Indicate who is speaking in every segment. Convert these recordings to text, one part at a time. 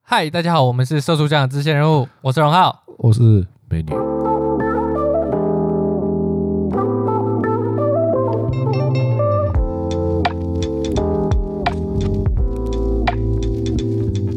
Speaker 1: 嗨，大家好，我们是社畜酱的支线人物，我是荣浩。
Speaker 2: 我是美女。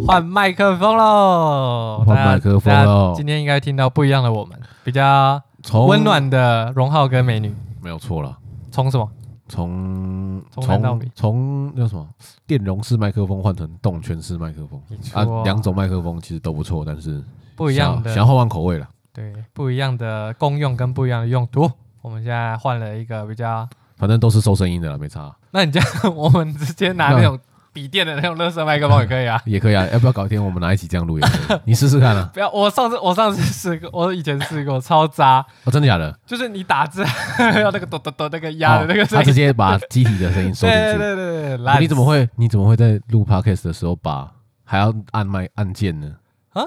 Speaker 1: 换麦克风喽！
Speaker 2: 换
Speaker 1: 大家
Speaker 2: 麦克风喽哦
Speaker 1: 大家今天应该听到不一样的我们，比较
Speaker 2: 从
Speaker 1: 温暖的荣浩跟美女。
Speaker 2: 没有错了，
Speaker 1: 从什么？
Speaker 2: 从
Speaker 1: 从南到北
Speaker 2: 从从那叫什么电容式麦克风换成动圈式麦克风
Speaker 1: 没错
Speaker 2: 啊，两种麦克风其实都不错，但是
Speaker 1: 不一样
Speaker 2: 想要
Speaker 1: 的
Speaker 2: 想要换换口味了。
Speaker 1: 对，不一样的功用跟不一样的用途。我们现在换了一个比较，
Speaker 2: 反正都是收声音的啦，没差
Speaker 1: 那你这样， 我们直接拿那种笔电的那种乐色麦克风也可以 啊。
Speaker 2: 也可以啊。要不要搞一天我们拿一起这样录也可以？你试试看啊！
Speaker 1: 不要，我上次我上次试过，我以前试过，超渣，
Speaker 2: 哦，真的假的？
Speaker 1: 就是你打字要那个抖抖抖那个 压的那个
Speaker 2: 哦
Speaker 1: 声
Speaker 2: 他
Speaker 1: 音
Speaker 2: 直，接把机体的声音收进
Speaker 1: 对
Speaker 2: 去。
Speaker 1: 对对对，
Speaker 2: 哦
Speaker 1: 烂
Speaker 2: 你怎么会你怎么会在录 podcast 的时候把还要按麦按键呢？
Speaker 1: 啊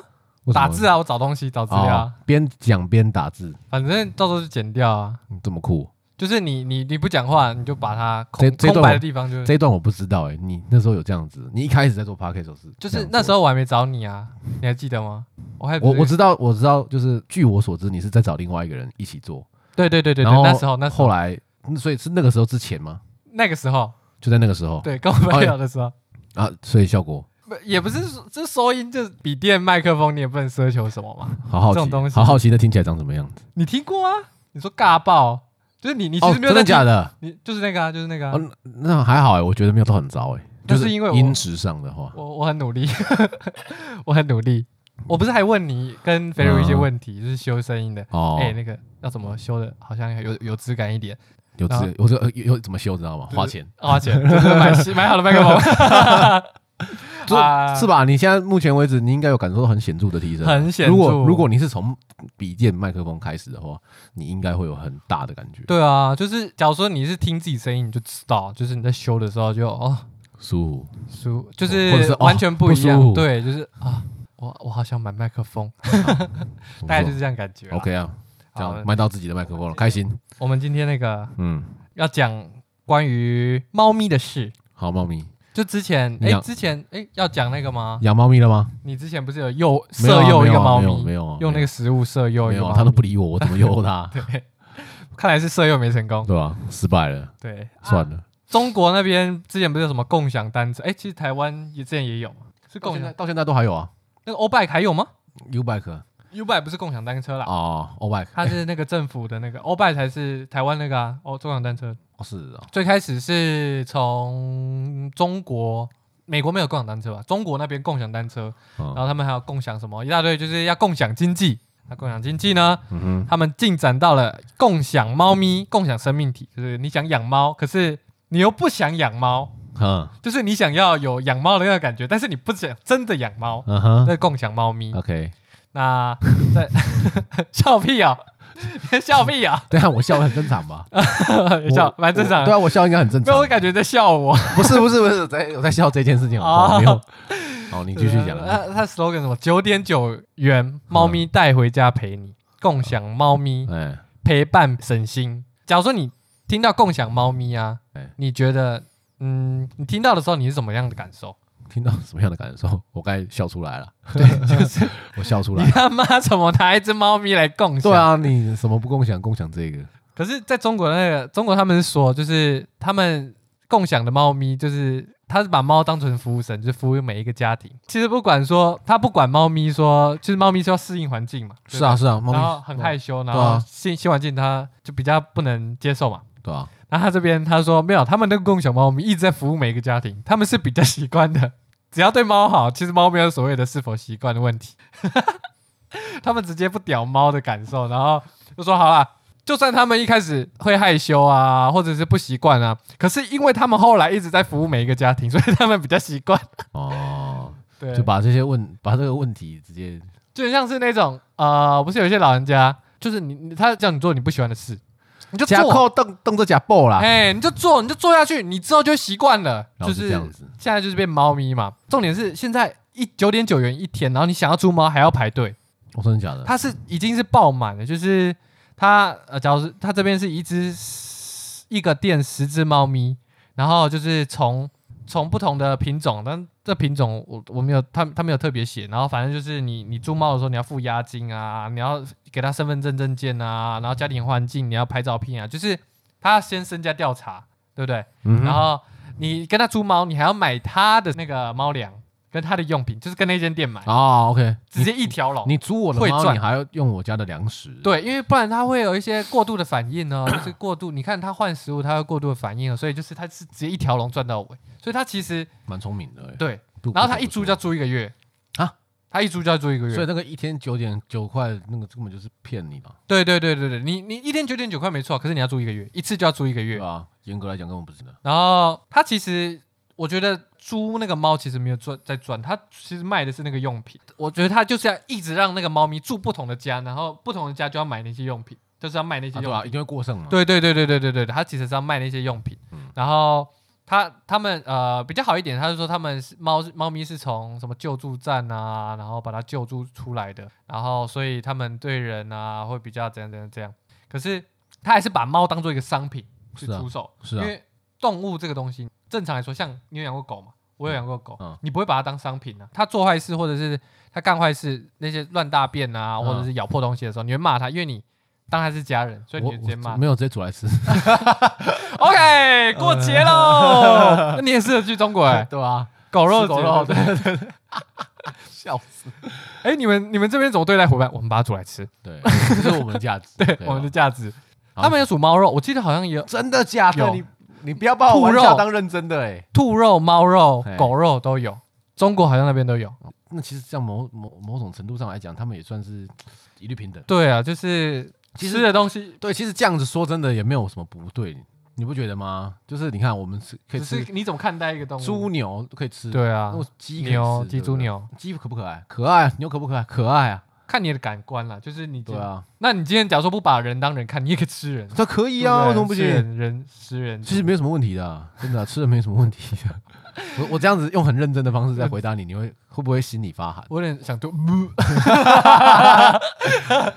Speaker 2: 为什么？
Speaker 1: 打字啊？我找东西找资料啊
Speaker 2: 哦，，边讲边打字，
Speaker 1: 反正到时候就剪掉啊。
Speaker 2: 嗯这么酷。
Speaker 1: 就是你你你不讲话，你就把它空
Speaker 2: 这这段
Speaker 1: 空白的
Speaker 2: 我
Speaker 1: 地方就
Speaker 2: 这一段我不知道哎、你那时候有这样子，你一开始在做 podcast 的时候
Speaker 1: 就
Speaker 2: 这
Speaker 1: 是
Speaker 2: 样做
Speaker 1: 那时候我还没找你啊，你还记得吗？我还
Speaker 2: 我我
Speaker 1: 知
Speaker 2: 知道我知道，就是据我所知，你是在找另外一个人一起做，
Speaker 1: 对对对对对，
Speaker 2: 然后
Speaker 1: 那时候那时候
Speaker 2: 后来，嗯所以是那个时候之前吗？
Speaker 1: 那个时候，
Speaker 2: 就在那个时候，
Speaker 1: 对，跟我朋友的时候，
Speaker 2: 啊，所以效果
Speaker 1: 不也不是说这收音，就是笔电麦克风，你也不能奢求什么嘛。
Speaker 2: 好好
Speaker 1: 这种东
Speaker 2: 奇，
Speaker 1: 西
Speaker 2: 好好奇那听起来长什么样子？
Speaker 1: 你听过吗？你说尬爆，就是你你其
Speaker 2: 哦，
Speaker 1: 实没有在
Speaker 2: 真的
Speaker 1: 听
Speaker 2: 假，的？
Speaker 1: 你就是那个啊，就是那个啊
Speaker 2: 哦，，那那还好哎、我觉得没有都很糟哎、
Speaker 1: 那
Speaker 2: 就是
Speaker 1: 因为我
Speaker 2: 音质上的话，
Speaker 1: 我我很努力， 我很努力。我不是还问你跟肥如一些问题，就是修声音的，
Speaker 2: 嗯哦，
Speaker 1: 哎，那个要怎么修的，好像有有质感一 点，
Speaker 2: 有
Speaker 1: 然后
Speaker 2: 这，我这有有怎么修知道吗？
Speaker 1: 是
Speaker 2: 花钱
Speaker 1: 花钱就是买新买好的麦克风，
Speaker 2: 这
Speaker 1: 啊
Speaker 2: 是吧？你现在目前为止，你应该有感受到很显著的 提升啊。
Speaker 1: 很显著。
Speaker 2: 如果如果你是从笔电麦克风开始的话，你应该会有很大的感觉，
Speaker 1: 对啊，就是假如说你是听自己声音，你就知道，就是你在修的时候就哦
Speaker 2: 舒
Speaker 1: 舒，就
Speaker 2: 或者
Speaker 1: 是
Speaker 2: 是哦
Speaker 1: 完全不一
Speaker 2: 不舒
Speaker 1: 样。
Speaker 2: 服
Speaker 1: 对，就是啊，我我好想买麦克风，
Speaker 2: 服。
Speaker 1: 大概就
Speaker 2: 不
Speaker 1: 是这样感觉
Speaker 2: 错
Speaker 1: 啦。
Speaker 2: OK 啊，这
Speaker 1: 好
Speaker 2: 样，买到自己的麦克风了，开心。
Speaker 1: 我们今天那个
Speaker 2: 嗯，
Speaker 1: 要讲关于猫咪的事。
Speaker 2: 好，猫咪
Speaker 1: 就之前，
Speaker 2: 你
Speaker 1: 哎、
Speaker 2: 养
Speaker 1: 之前，哎、要讲那个吗？
Speaker 2: 养猫咪了吗？
Speaker 1: 你之前不是有诱
Speaker 2: 没有啊
Speaker 1: 色诱一个猫咪，
Speaker 2: 没有啊没有啊没有啊
Speaker 1: 用那个食物色诱一个
Speaker 2: 没有
Speaker 1: 猫
Speaker 2: 啊，
Speaker 1: 咪，
Speaker 2: 它都不理我，我怎么诱它？
Speaker 1: 对，看来是色诱没成功。
Speaker 2: 对吧？失败了，
Speaker 1: 对，啊
Speaker 2: 算了。
Speaker 1: 中国那边之前不是有什么共享单车？哎、其实台湾也之前也有嘛，是
Speaker 2: 到
Speaker 1: 共
Speaker 2: 哦现在
Speaker 1: 享。
Speaker 2: 到现在都还有啊
Speaker 1: 那个 O bike 还有吗
Speaker 2: ，U bike
Speaker 1: ？U bike 不是共享单车啦，
Speaker 2: 哦，O bike
Speaker 1: 它啊是那个政府的那个 O bike 才是台湾那个啊，哦，共享单车。
Speaker 2: 哦是哦，
Speaker 1: 最开始是从中国。美国没有共享单车吧？啊中国那边共享单车，然
Speaker 2: 嗯
Speaker 1: 后他们还有共享什么一大堆，就是要共享经济。那共享经济呢，
Speaker 2: 嗯哼，
Speaker 1: 他们进展到了共享猫咪、共享生命体，就是你想养猫，可是你又不想养猫，
Speaker 2: 嗯
Speaker 1: 就是你想要有养猫的那个感觉，但是你不想真的养猫，
Speaker 2: 嗯哼
Speaker 1: 那共享猫咪。
Speaker 2: ，OK。
Speaker 1: 那在 笑屁啊、你笑屁啊、
Speaker 2: 对啊，我笑很正常吧？
Speaker 1: 笑
Speaker 2: 我
Speaker 1: 蛮正
Speaker 2: 我
Speaker 1: 常
Speaker 2: 对
Speaker 1: 的。
Speaker 2: 啊，我笑应该很正
Speaker 1: 没
Speaker 2: 常
Speaker 1: 有，我。感觉在笑我。
Speaker 2: 不是不是不是，我在我在笑这件事情，
Speaker 1: 哦
Speaker 2: 好没有。好，你继续讲啊。
Speaker 1: 呃他他 slogan 什么？九点九元，猫咪带回家陪你，共享猫咪。
Speaker 2: 哎，
Speaker 1: 陪伴省心。假如说你听到共享猫咪啊，
Speaker 2: 哎
Speaker 1: 你觉得，嗯，你听到的时候你是什么样的感受？
Speaker 2: 听到什么样的感受？我刚才笑出来了，
Speaker 1: 对，就是
Speaker 2: 我笑出
Speaker 1: 你
Speaker 2: 来。
Speaker 1: 他妈怎么拿一只猫咪来共享？
Speaker 2: 对。啊，你什么不共享？共享这个
Speaker 1: 可是在中国那个中国他们是说，就是他们共享的猫咪，就是他是把猫当成服务生，就是服务每一个家庭。其实不管说他不管猫咪说，就是猫咪是要适应环境嘛，
Speaker 2: 是啊
Speaker 1: 对
Speaker 2: 是啊，
Speaker 1: 吧，
Speaker 2: 猫
Speaker 1: 然后
Speaker 2: 咪
Speaker 1: 很害羞，然
Speaker 2: 对啊
Speaker 1: 后新新环境它就比较不能接受嘛。
Speaker 2: 对啊，
Speaker 1: 然后他这边他说没有，他们那个共享猫咪一直在服务每一个家庭，他们是比较习惯的， 只要对猫好，其实猫没有所谓的是否习惯的问题。 他们直接不屌猫的感受，然后就说好啦，就算他们一开始会害羞啊，或者是不习惯啊，可是因为他们后来一直在服务每一个家庭， 所以他们比较习惯。
Speaker 2: 哦，
Speaker 1: 对，
Speaker 2: 就把这些问把这个问题直接
Speaker 1: 就很像是那种呃，不是有一些老人家，就是你你他叫你做你不喜欢的事，你就
Speaker 2: 假
Speaker 1: 做，
Speaker 2: 扣啊瞪瞪着假爆啦，
Speaker 1: 哎、你就做，你就做下去，你之后就会习惯了，就
Speaker 2: 然后是
Speaker 1: 是
Speaker 2: 这样子，
Speaker 1: 现在就是变猫咪嘛。重点是现在一九点九元一天，然后你想要租猫还要排队，
Speaker 2: 我哦真的假的？
Speaker 1: 它是已经是爆满了，就是它呃，假如是它这边是一只一个店十只猫咪，然后就是从从不同的品种，但这品种我我没有，他他没有特别写。然后反正就是你你租猫的时候，你要付押金啊，你要给他身份证证件啊，然后家庭环境你要拍照片啊，就是他要先身家调查，对不对？
Speaker 2: 嗯哼
Speaker 1: 然后你跟他租猫，你还要买他的那个猫粮跟他的用品，就是跟那间店买，
Speaker 2: 啊，OK，
Speaker 1: 直接一条龙。
Speaker 2: 你租我的
Speaker 1: 哦会
Speaker 2: 猫，
Speaker 1: 赚
Speaker 2: 你还要用我家的粮食，，
Speaker 1: 对，因为不然它会有一些过度的反应呢、就是过度。你看它换食物，它会过度的反应哦，所以就是它是直接一条龙赚到尾，所以它其实
Speaker 2: 蛮聪明的欸。
Speaker 1: 对。
Speaker 2: 不
Speaker 1: 然后它一租就要，租一个月
Speaker 2: 啊，
Speaker 1: 它一租就要租一个
Speaker 2: 不错所以
Speaker 1: 月。
Speaker 2: 那个一天九点九块，那个根本就是骗你嘛，
Speaker 1: 对对对对对，你你一天九点九块没错，可是你要租一个月，一次就要租一个
Speaker 2: 对
Speaker 1: 月。
Speaker 2: 吧？严格来讲根本不是的。
Speaker 1: 然后它其实我觉得租那个猫其实没有赚在赚，它其实卖的是那个用品。我觉得它就是要一直让那个猫咪住不同的家，然后不同的家就要买那些用品，就是要卖那些用
Speaker 2: 啊对
Speaker 1: 品。
Speaker 2: 啊，一定会过剩嘛。，
Speaker 1: 对对对对对对对，他其实是要卖那些用品，
Speaker 2: 嗯
Speaker 1: 然后他他们呃比较好一点，他是说他们是猫猫咪是从什么救助站啊，然后把它救助出来的，然后所以他们对人啊会比较怎样怎样怎样，可是他还是把猫当做一个商品去
Speaker 2: 是啊
Speaker 1: 出售，
Speaker 2: 是啊
Speaker 1: 因，为动物这个东西正常来说，像你有养过狗嘛，我有养过狗，
Speaker 2: 嗯嗯
Speaker 1: 你不会把它当商品啊，它做坏事或者是它干坏事那些乱大便啊，
Speaker 2: 嗯
Speaker 1: 或者是咬破东西的时候，你会骂它，因为你。当它是家人，所以你
Speaker 2: 我
Speaker 1: 就直接骂
Speaker 2: 我。没有直接煮来吃，
Speaker 1: OK，过节 喽！那你也适合去中国哎、
Speaker 2: 对吧？
Speaker 1: 狗肉
Speaker 2: 吃 狗肉，
Speaker 1: 节
Speaker 2: 对对对，笑死。
Speaker 1: 哎、你们你们这边怎么对待伙伴？我们把它煮来吃，
Speaker 2: 对，这是我们的价值。 对
Speaker 1: 我们的
Speaker 2: 的
Speaker 1: 价值。
Speaker 2: 好
Speaker 1: 他们有煮猫肉，我记得好像也有
Speaker 2: 真的假
Speaker 1: 有
Speaker 2: 的？你你不要把我
Speaker 1: 兔
Speaker 2: 玩
Speaker 1: 肉
Speaker 2: 笑当认真的哎。
Speaker 1: 兔肉、猫肉
Speaker 2: 嘿、
Speaker 1: 狗肉都有，中国好像那边都有。
Speaker 2: 那其实这样某某某种程度上来讲，他们也算是一律平等。
Speaker 1: 对啊，就是
Speaker 2: 其
Speaker 1: 吃
Speaker 2: 实
Speaker 1: 的东西，
Speaker 2: 对，其实这样子说真的也没有什么不对，你不觉得吗？就是你看，我们吃可以
Speaker 1: 只是
Speaker 2: 吃
Speaker 1: 你怎么看待一个动物？
Speaker 2: 猪牛可以吃，，
Speaker 1: 对啊
Speaker 2: 那，鸡可以
Speaker 1: 牛、
Speaker 2: 吃
Speaker 1: 鸡、猪，
Speaker 2: 对啊
Speaker 1: 牛，
Speaker 2: 不对鸡可不可爱？可爱，牛可不可爱？可爱啊，
Speaker 1: 看你的感官啦，就是你今
Speaker 2: 对啊，
Speaker 1: 那你今天假如说不把人当人看，你也可以吃人。
Speaker 2: 这可以啊，
Speaker 1: 对对
Speaker 2: 为什么不
Speaker 1: 吃
Speaker 2: 行？
Speaker 1: 人人吃人，
Speaker 2: 其实没有什么问题的啊，真的啊 吃的没什么问题的。 我我这样子用很认真的方式在回答你，你会会不会心里发寒？
Speaker 1: 我有点想吐。
Speaker 2: 嗯哎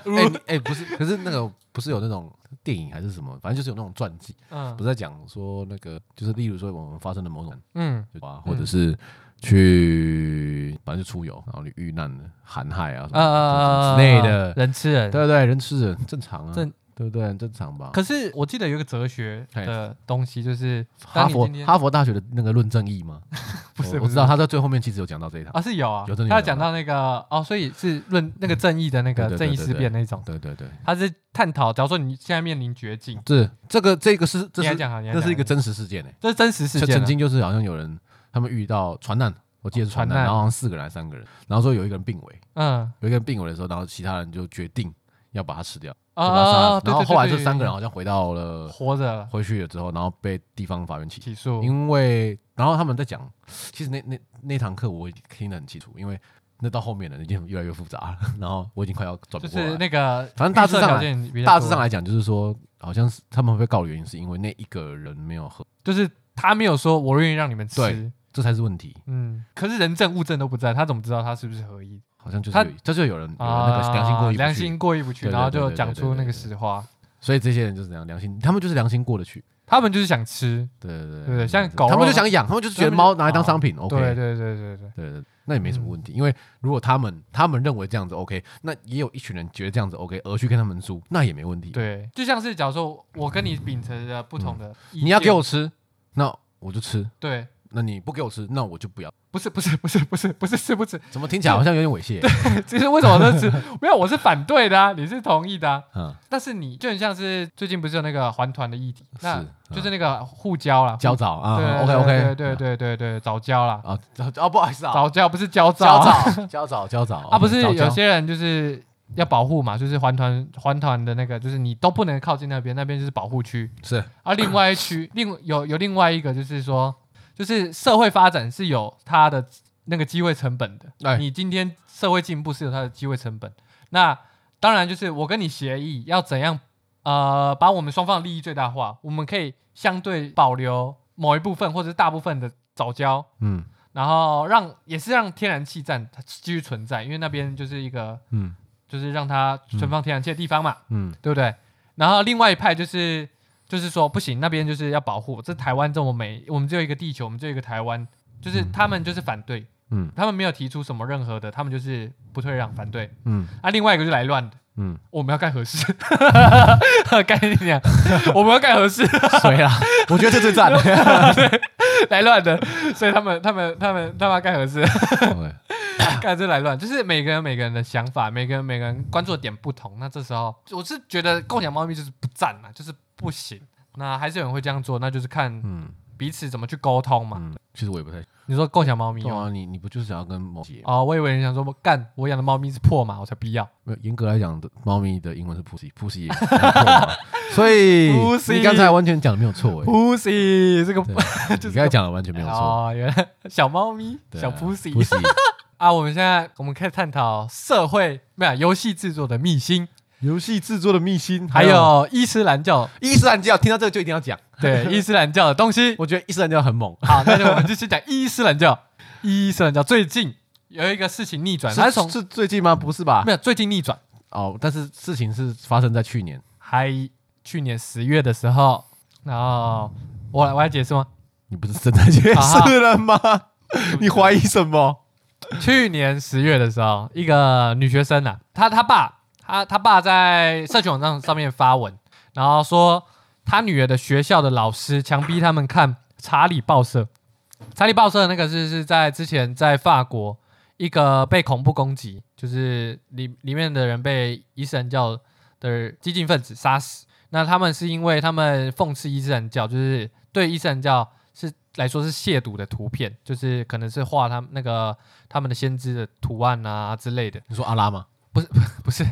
Speaker 2: 你哎，不是，可是那个不是有那种电影还是什么，反正就是有那种传记，
Speaker 1: 嗯
Speaker 2: 不是在讲说那个，就是例如说我们发生了某种
Speaker 1: 嗯，
Speaker 2: 啊，或者是去反正就出游，然后你遇难了、寒害啊什么
Speaker 1: 呃
Speaker 2: 之类的，
Speaker 1: 人吃人。
Speaker 2: 对不对？人吃人正常啊，
Speaker 1: 正
Speaker 2: 对不对？很正常吧？
Speaker 1: 可是我记得有一个哲学的东西，就是
Speaker 2: 哈
Speaker 1: 当你
Speaker 2: 佛
Speaker 1: 今天
Speaker 2: 哈佛大学的那个论证义吗？
Speaker 1: 不是
Speaker 2: 我
Speaker 1: 不
Speaker 2: 我
Speaker 1: 是
Speaker 2: 知道他在最后面其实有讲到这一堂。
Speaker 1: 啊是有啊
Speaker 2: 有真，的有
Speaker 1: 他讲到那个哦，所以是论那个正义的那个
Speaker 2: 对对
Speaker 1: 正义
Speaker 2: 对对
Speaker 1: 思辨那种，
Speaker 2: 对对对，
Speaker 1: 他是探讨，假如说你现在面临绝境，
Speaker 2: 这这个这个是这
Speaker 1: 你来
Speaker 2: 是
Speaker 1: 讲好，你来
Speaker 2: 这
Speaker 1: 讲
Speaker 2: 是一个真实事件诶，
Speaker 1: 这是真实事
Speaker 2: 就
Speaker 1: 件
Speaker 2: 曾
Speaker 1: 啊，
Speaker 2: 经就是好像有人他们遇到船难，我记得是船
Speaker 1: 船
Speaker 2: 难，
Speaker 1: 难
Speaker 2: 然后好像四个人还是三个人，然后说有一个人病危，
Speaker 1: 嗯
Speaker 2: 有一个人病危的时候，然后其他人就决定要把他吃掉，
Speaker 1: 啊
Speaker 2: 就把他杀
Speaker 1: 啊，
Speaker 2: 了
Speaker 1: 啊
Speaker 2: 然后后来这三个
Speaker 1: 对
Speaker 2: 人好像回到
Speaker 1: 对对
Speaker 2: 了
Speaker 1: 对活着
Speaker 2: 回去了之后，然后被地方法院起诉，
Speaker 1: 起诉，
Speaker 2: 因为然后他们在讲，其实那那那堂课我听得很清楚，因为那到后面了已经越来越复杂了， 然后我已经快要转
Speaker 1: 就
Speaker 2: 不过来
Speaker 1: 是
Speaker 2: 了。
Speaker 1: 那个
Speaker 2: 反正大致上来
Speaker 1: 预设条件比较
Speaker 2: 大致上
Speaker 1: 多啊
Speaker 2: 来讲，就是说，好像是他们会被告的原因，是因为那一个人没有喝，
Speaker 1: 就是他没有说我愿意让你们吃
Speaker 2: 对，这才是问题。
Speaker 1: 嗯，可是人证物证都不在，他怎么知道他是不是合意？
Speaker 2: 好像就是
Speaker 1: 他
Speaker 2: 有这就有人有人
Speaker 1: 啊，
Speaker 2: 那个良心过意
Speaker 1: 良
Speaker 2: 不去，
Speaker 1: 心过意不去，
Speaker 2: 对对
Speaker 1: 然后
Speaker 2: 对
Speaker 1: 就
Speaker 2: 对
Speaker 1: 讲
Speaker 2: 对
Speaker 1: 出
Speaker 2: 对
Speaker 1: 那个
Speaker 2: 对
Speaker 1: 实话。
Speaker 2: 所以这些人就是这样，良心他们就是良心过得去。
Speaker 1: 他们就是想吃，
Speaker 2: 对对
Speaker 1: 对对像狗
Speaker 2: 他
Speaker 1: 肉
Speaker 2: 们就想养，他们就是觉得猫拿来当商品，OK，
Speaker 1: 啊对嗯对对对对，
Speaker 2: 对对，对那也没什么问题，因为如果他们他们认为这样子 OK，那也有一群人觉得这样子 OK 而去跟他们租，那也没问题。，
Speaker 1: 对，就像是假如说我跟你秉承着不同的意见，
Speaker 2: 你要给我吃，那我就吃；
Speaker 1: 对，
Speaker 2: 那你不给我吃，那我就不要。
Speaker 1: 不是不是不是不是不是吃不吃，
Speaker 2: 怎么听起来好像有点猥亵？
Speaker 1: 其实为什么都吃？没有，我是反对的啊，你是同意的啊。
Speaker 2: 嗯，
Speaker 1: 但是你就很像是最近不是有那个环团的议题，那
Speaker 2: 是嗯
Speaker 1: 就是那个互交啦，
Speaker 2: 焦躁
Speaker 1: 互对
Speaker 2: 啊，OK
Speaker 1: 对
Speaker 2: OK，
Speaker 1: 对对对对，早交 啦，
Speaker 2: 啊，早哦，不好意思啊，
Speaker 1: 早交不是焦躁
Speaker 2: 焦
Speaker 1: 啊，
Speaker 2: 躁， 哦焦躁，焦躁嗯
Speaker 1: 啊，不是有，
Speaker 2: OK，
Speaker 1: 些人就是要保护嘛，就是环团环团的那个，就是你都不能靠近那边，那边就是保护区。
Speaker 2: 早焦是
Speaker 1: 而啊另外一区，另有有另外一个就是说，就是社会发展是有它的那个机会成本的。
Speaker 2: 哎
Speaker 1: 你今天社会进步是有它的机会成本。那当然就是我跟你协议要怎样，呃，把我们双方的利益最大化，我们可以相对保留某一部分或者是大部分的早交，
Speaker 2: 嗯
Speaker 1: 然后让也是让天然气站它继续存在，因为那边就是一个
Speaker 2: 嗯
Speaker 1: 就是让它存放天然气的地方嘛，
Speaker 2: 嗯，
Speaker 1: 对不对？然后另外一派就是就是说不行，那边就是要保护这台湾这么美，我们只有一个地球，我们只有一个台湾，就是他们就是反对，
Speaker 2: 嗯
Speaker 1: 他们没有提出什么任何的，他们就是不退让反对。
Speaker 2: 嗯
Speaker 1: 啊，另外一个就来乱的，
Speaker 2: 嗯，
Speaker 1: 我们要干合适， 干你娘，我们要干合适，
Speaker 2: 谁啦？ 我觉得这 最赞了。
Speaker 1: 来乱的，所以他们他们他们他们要干合适，
Speaker 2: 对
Speaker 1: 干这来乱，就是每个人每个人的想法，每个人每个人关注的点不同。那这时候，我是觉得共享猫咪就是不赞嘛，就是不行。那还是有人会这样做，那就是看
Speaker 2: 嗯
Speaker 1: 彼此怎么去沟通嘛。
Speaker 2: 嗯，其实我也不太
Speaker 1: 你说共享猫咪
Speaker 2: 懂
Speaker 1: 哦，
Speaker 2: 啊。你你不就是想要跟猫结？
Speaker 1: 哦，我以为你想说干我养的猫咪是破嘛，我才不要。
Speaker 2: 没有严格来讲，的猫咪的英文是 pussy，pussy 也 也很破嘛所以
Speaker 1: Pussy
Speaker 2: 你刚才完全讲的没有错哎，
Speaker 1: Pussy 这个
Speaker 2: 对
Speaker 1: 就是
Speaker 2: 你刚才讲的完全没有错。
Speaker 1: 哦，原来小猫咪
Speaker 2: 对啊
Speaker 1: 小 Pussy
Speaker 2: pussy
Speaker 1: 啊。我们现在我们可以探讨社会没有游戏制作的秘辛，
Speaker 2: 游戏制作的秘辛，
Speaker 1: 还有伊斯兰教
Speaker 2: 伊斯兰教，听到这个就一定要讲。
Speaker 1: 对伊斯兰教的东西。
Speaker 2: 我觉得伊斯兰教很猛，
Speaker 1: 好，那就我们就先讲伊斯兰教。伊斯兰教最近有一个事情逆转，它
Speaker 2: 是
Speaker 1: 是从
Speaker 2: 是啊最近吗？不是吧
Speaker 1: 没？有最近逆转，
Speaker 2: 哦，但是事情是发生在去年，
Speaker 1: 还去年十月的时候，然后我来我来解释吗？
Speaker 2: 你不是正在 解释了吗？你怀疑什么？
Speaker 1: 去年十月的时候，一个女学生啊，她她爸，她她爸在社群网站上面发文，然后说她女儿的学校的老师强逼他们看《查理报社》。《查理报社》那个是是在之前在法国一个被恐怖攻击，就是里里面的人被伊斯兰教的激进分子杀死。那他们是因为他们讽刺伊斯兰教，就是对伊斯兰教是来说是亵渎的图片，就是可能是画他们那个他们的先知的图案啊之类的，
Speaker 2: 你说阿拉吗？
Speaker 1: 不是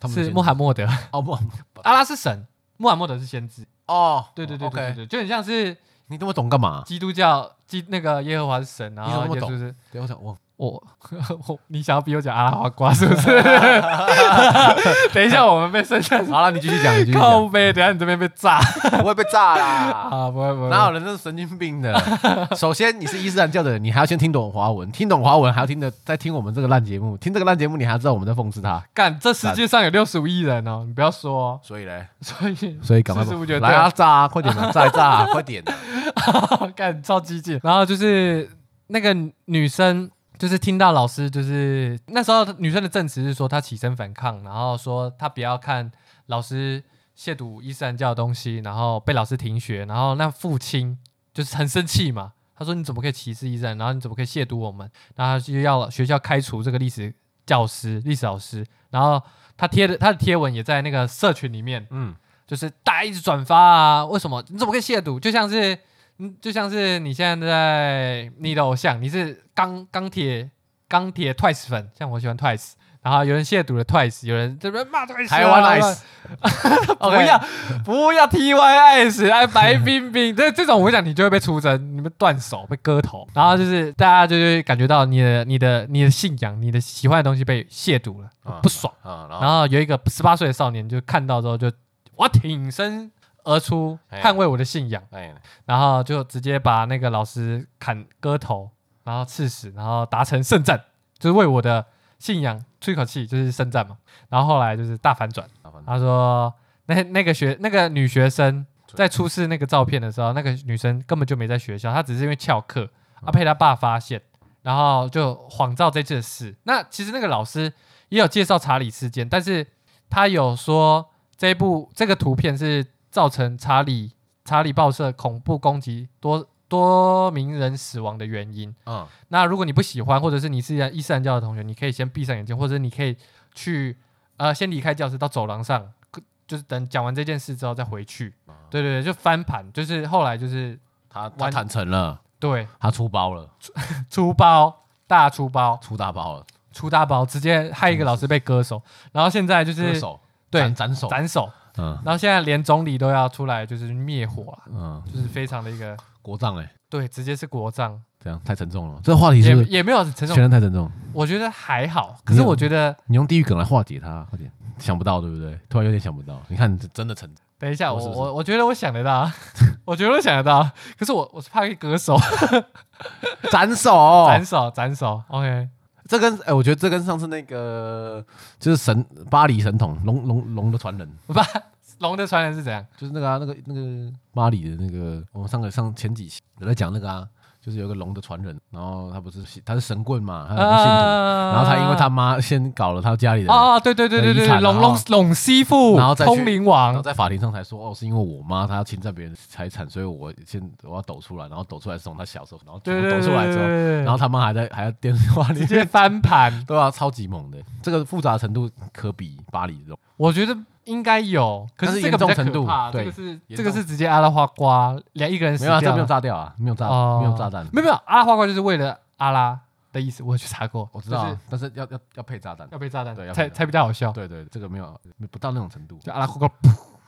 Speaker 2: 他们
Speaker 1: 是穆罕默德，
Speaker 2: 哦不
Speaker 1: 阿拉是神，穆罕默德是先知，
Speaker 2: 哦，
Speaker 1: 对对对对对
Speaker 2: OK
Speaker 1: 对就很像是
Speaker 2: 你那么懂干嘛？
Speaker 1: 基督教基那个耶和华是神，然
Speaker 2: 你怎么那
Speaker 1: 后
Speaker 2: 么
Speaker 1: 耶
Speaker 2: 懂
Speaker 1: 稣是
Speaker 2: 对，我想我
Speaker 1: 我 我，你想要逼我讲阿拉华瓜是不 是？等一下我们被圣诞
Speaker 2: 好了，你继续 讲，你继续讲，
Speaker 1: 靠背，等一下你这边被炸
Speaker 2: 不会被炸啦。
Speaker 1: 啊！不会不会，
Speaker 2: 哪有人这是神经病的？ 首先，你是伊斯兰教的人，你还要先听懂华文，听懂华文还要听的，再听我们这个烂节目，听这个烂节目，你还要知道我们在讽刺他。
Speaker 1: 干，这世界上有六十五亿人哦，你不要说哦，
Speaker 2: 所以嘞，
Speaker 1: 所以
Speaker 2: 所以赶快
Speaker 1: 四十五觉得
Speaker 2: 来啊，炸啊，快点啊， 炸一炸啊，快点啊！
Speaker 1: 干超激进。然后就是那个女生，就是听到老师，就是那时候女生的证词是说她起身反抗，然后说她不要看老师亵渎伊斯兰教的东西，然后被老师停学，然后那父亲就是很生气嘛，他说你怎么可以歧视伊斯兰，然后你怎么可以亵渎我们，然后就要学校开除这个历史教师、历史老师，然后。他贴的他的贴文也在那个社群里面，
Speaker 2: 嗯，
Speaker 1: 就是大家一直转发啊，为什么？你怎么可以亵渎？就像是，嗯，就像是你现在在你的偶像，你是钢钢铁钢铁 Twice 粉，像我喜欢 Twice，然后有人亵渎了 Twice，有人这边骂 Twice，啊
Speaker 2: 台湾 ice，
Speaker 1: 不哦要不要 T Y S 哎，白冰冰，这这种我想你就会被出征，你们断手被割头，然后就是大家就会感觉到你的你的你的信仰、你的喜欢的东西被亵渎了
Speaker 2: 啊，
Speaker 1: 不爽。
Speaker 2: 啊，然后
Speaker 1: 然后有一个十八岁的少年就看到之后就我挺身而出
Speaker 2: 哎
Speaker 1: 捍卫我的信仰，
Speaker 2: 哎，
Speaker 1: 然后就直接把那个老师砍割头，然后刺死，然后达成圣战，就是为我的信仰出一口气，就是圣战嘛。然后后来就是大反转，
Speaker 2: 麻烦
Speaker 1: 他说那那个学那个女学生在出示那个照片的时候，那个女生根本就没在学校，她只是因为翘课，啊被她爸发现，然后就谎造这件事。那其实那个老师也有介绍查理事件，但是他有说这部这个图片是造成查理查理报社恐怖攻击多多名人死亡的原因。
Speaker 2: 嗯，
Speaker 1: 那如果你不喜欢，或者是你是伊斯兰教的同学，你可以先闭上眼睛，或者你可以去呃先离开教室到走廊上，就是等讲完这件事之后再回去。
Speaker 2: 啊
Speaker 1: 对对对，就翻盘，就是后来就是
Speaker 2: 他他
Speaker 1: 完
Speaker 2: 坦诚了，
Speaker 1: 对
Speaker 2: 他出包了，
Speaker 1: 出包大出包
Speaker 2: 出大包了，
Speaker 1: 出大包，直接害一个老师被割手，然后现在就
Speaker 2: 割
Speaker 1: 是
Speaker 2: 手，
Speaker 1: 对
Speaker 2: 斩斩首，
Speaker 1: 斩首，
Speaker 2: 嗯
Speaker 1: 然后现在连总理都要出来就是灭火啊，
Speaker 2: 嗯，
Speaker 1: 就是非常的一个
Speaker 2: 国葬哎，
Speaker 1: 对，直接是国葬，
Speaker 2: 这样太沉重了，这个话题
Speaker 1: 也
Speaker 2: 是不是
Speaker 1: 也没有陈
Speaker 2: 显
Speaker 1: 总，
Speaker 2: 然太沉重了，
Speaker 1: 我觉得还好，可是我觉得
Speaker 2: 你用地狱梗来化解它，快点，想不到对不对？突然有点想不到，你看这真的沉重，
Speaker 1: 等一下，我
Speaker 2: 我是不是
Speaker 1: 我我觉得我想得到，我觉得我想得到，可是我我是怕给割手、
Speaker 2: 斩首
Speaker 1: 斩首、斩首。OK，
Speaker 2: 这跟哎、我觉得这跟上次那个就是神巴黎神童龙龙龙的传人
Speaker 1: 不，龙的传人是怎样？
Speaker 2: 就是那个啊，那个那个马里的那个，我们上个上前几期有在讲那个啊，就是有个龙的传人，然后他不是信他是神棍嘛，他不是信徒，然后他因为他妈先搞了他家里人，
Speaker 1: 啊，对对对对
Speaker 2: 遗
Speaker 1: 对，
Speaker 2: 产
Speaker 1: 龙
Speaker 2: 然后
Speaker 1: 龙龙吸附
Speaker 2: 然后再去
Speaker 1: 通灵
Speaker 2: 然后
Speaker 1: 王，
Speaker 2: 在法庭上才说哦，是因为我妈她要侵占别人的财产，所以我先我要抖出来，然后抖出来是从他小时候，然后
Speaker 1: 对
Speaker 2: 全
Speaker 1: 对
Speaker 2: 部
Speaker 1: 对对
Speaker 2: 抖出来之后，
Speaker 1: 对，
Speaker 2: 然后他妈还在还在电话里
Speaker 1: 直接
Speaker 2: 面，
Speaker 1: 翻盘，
Speaker 2: 对啊，超级猛的，这个复杂程度可比巴黎这种，
Speaker 1: 我觉得应该有，可
Speaker 2: 但是
Speaker 1: 这个比较
Speaker 2: 严重程度
Speaker 1: 可怕这
Speaker 2: 对
Speaker 1: 个是
Speaker 2: 严
Speaker 1: 这
Speaker 2: 重
Speaker 1: 个是直接阿拉花瓜两一个人死
Speaker 2: 没有
Speaker 1: 掉
Speaker 2: 啊，这没有
Speaker 1: 了，
Speaker 2: 炸掉啊，没有炸
Speaker 1: 哦
Speaker 2: 没有炸弹，
Speaker 1: 没有没有，阿拉花瓜就是为了阿拉的意思，我有去查过，
Speaker 2: 我知道
Speaker 1: 就是
Speaker 2: 啊，但是要要要配炸弹，
Speaker 1: 要被炸弹
Speaker 2: 对要被
Speaker 1: 才
Speaker 2: 炸弹
Speaker 1: 才比较好笑，
Speaker 2: 对对，这个没有不到那种程度，
Speaker 1: 就阿拉花瓜，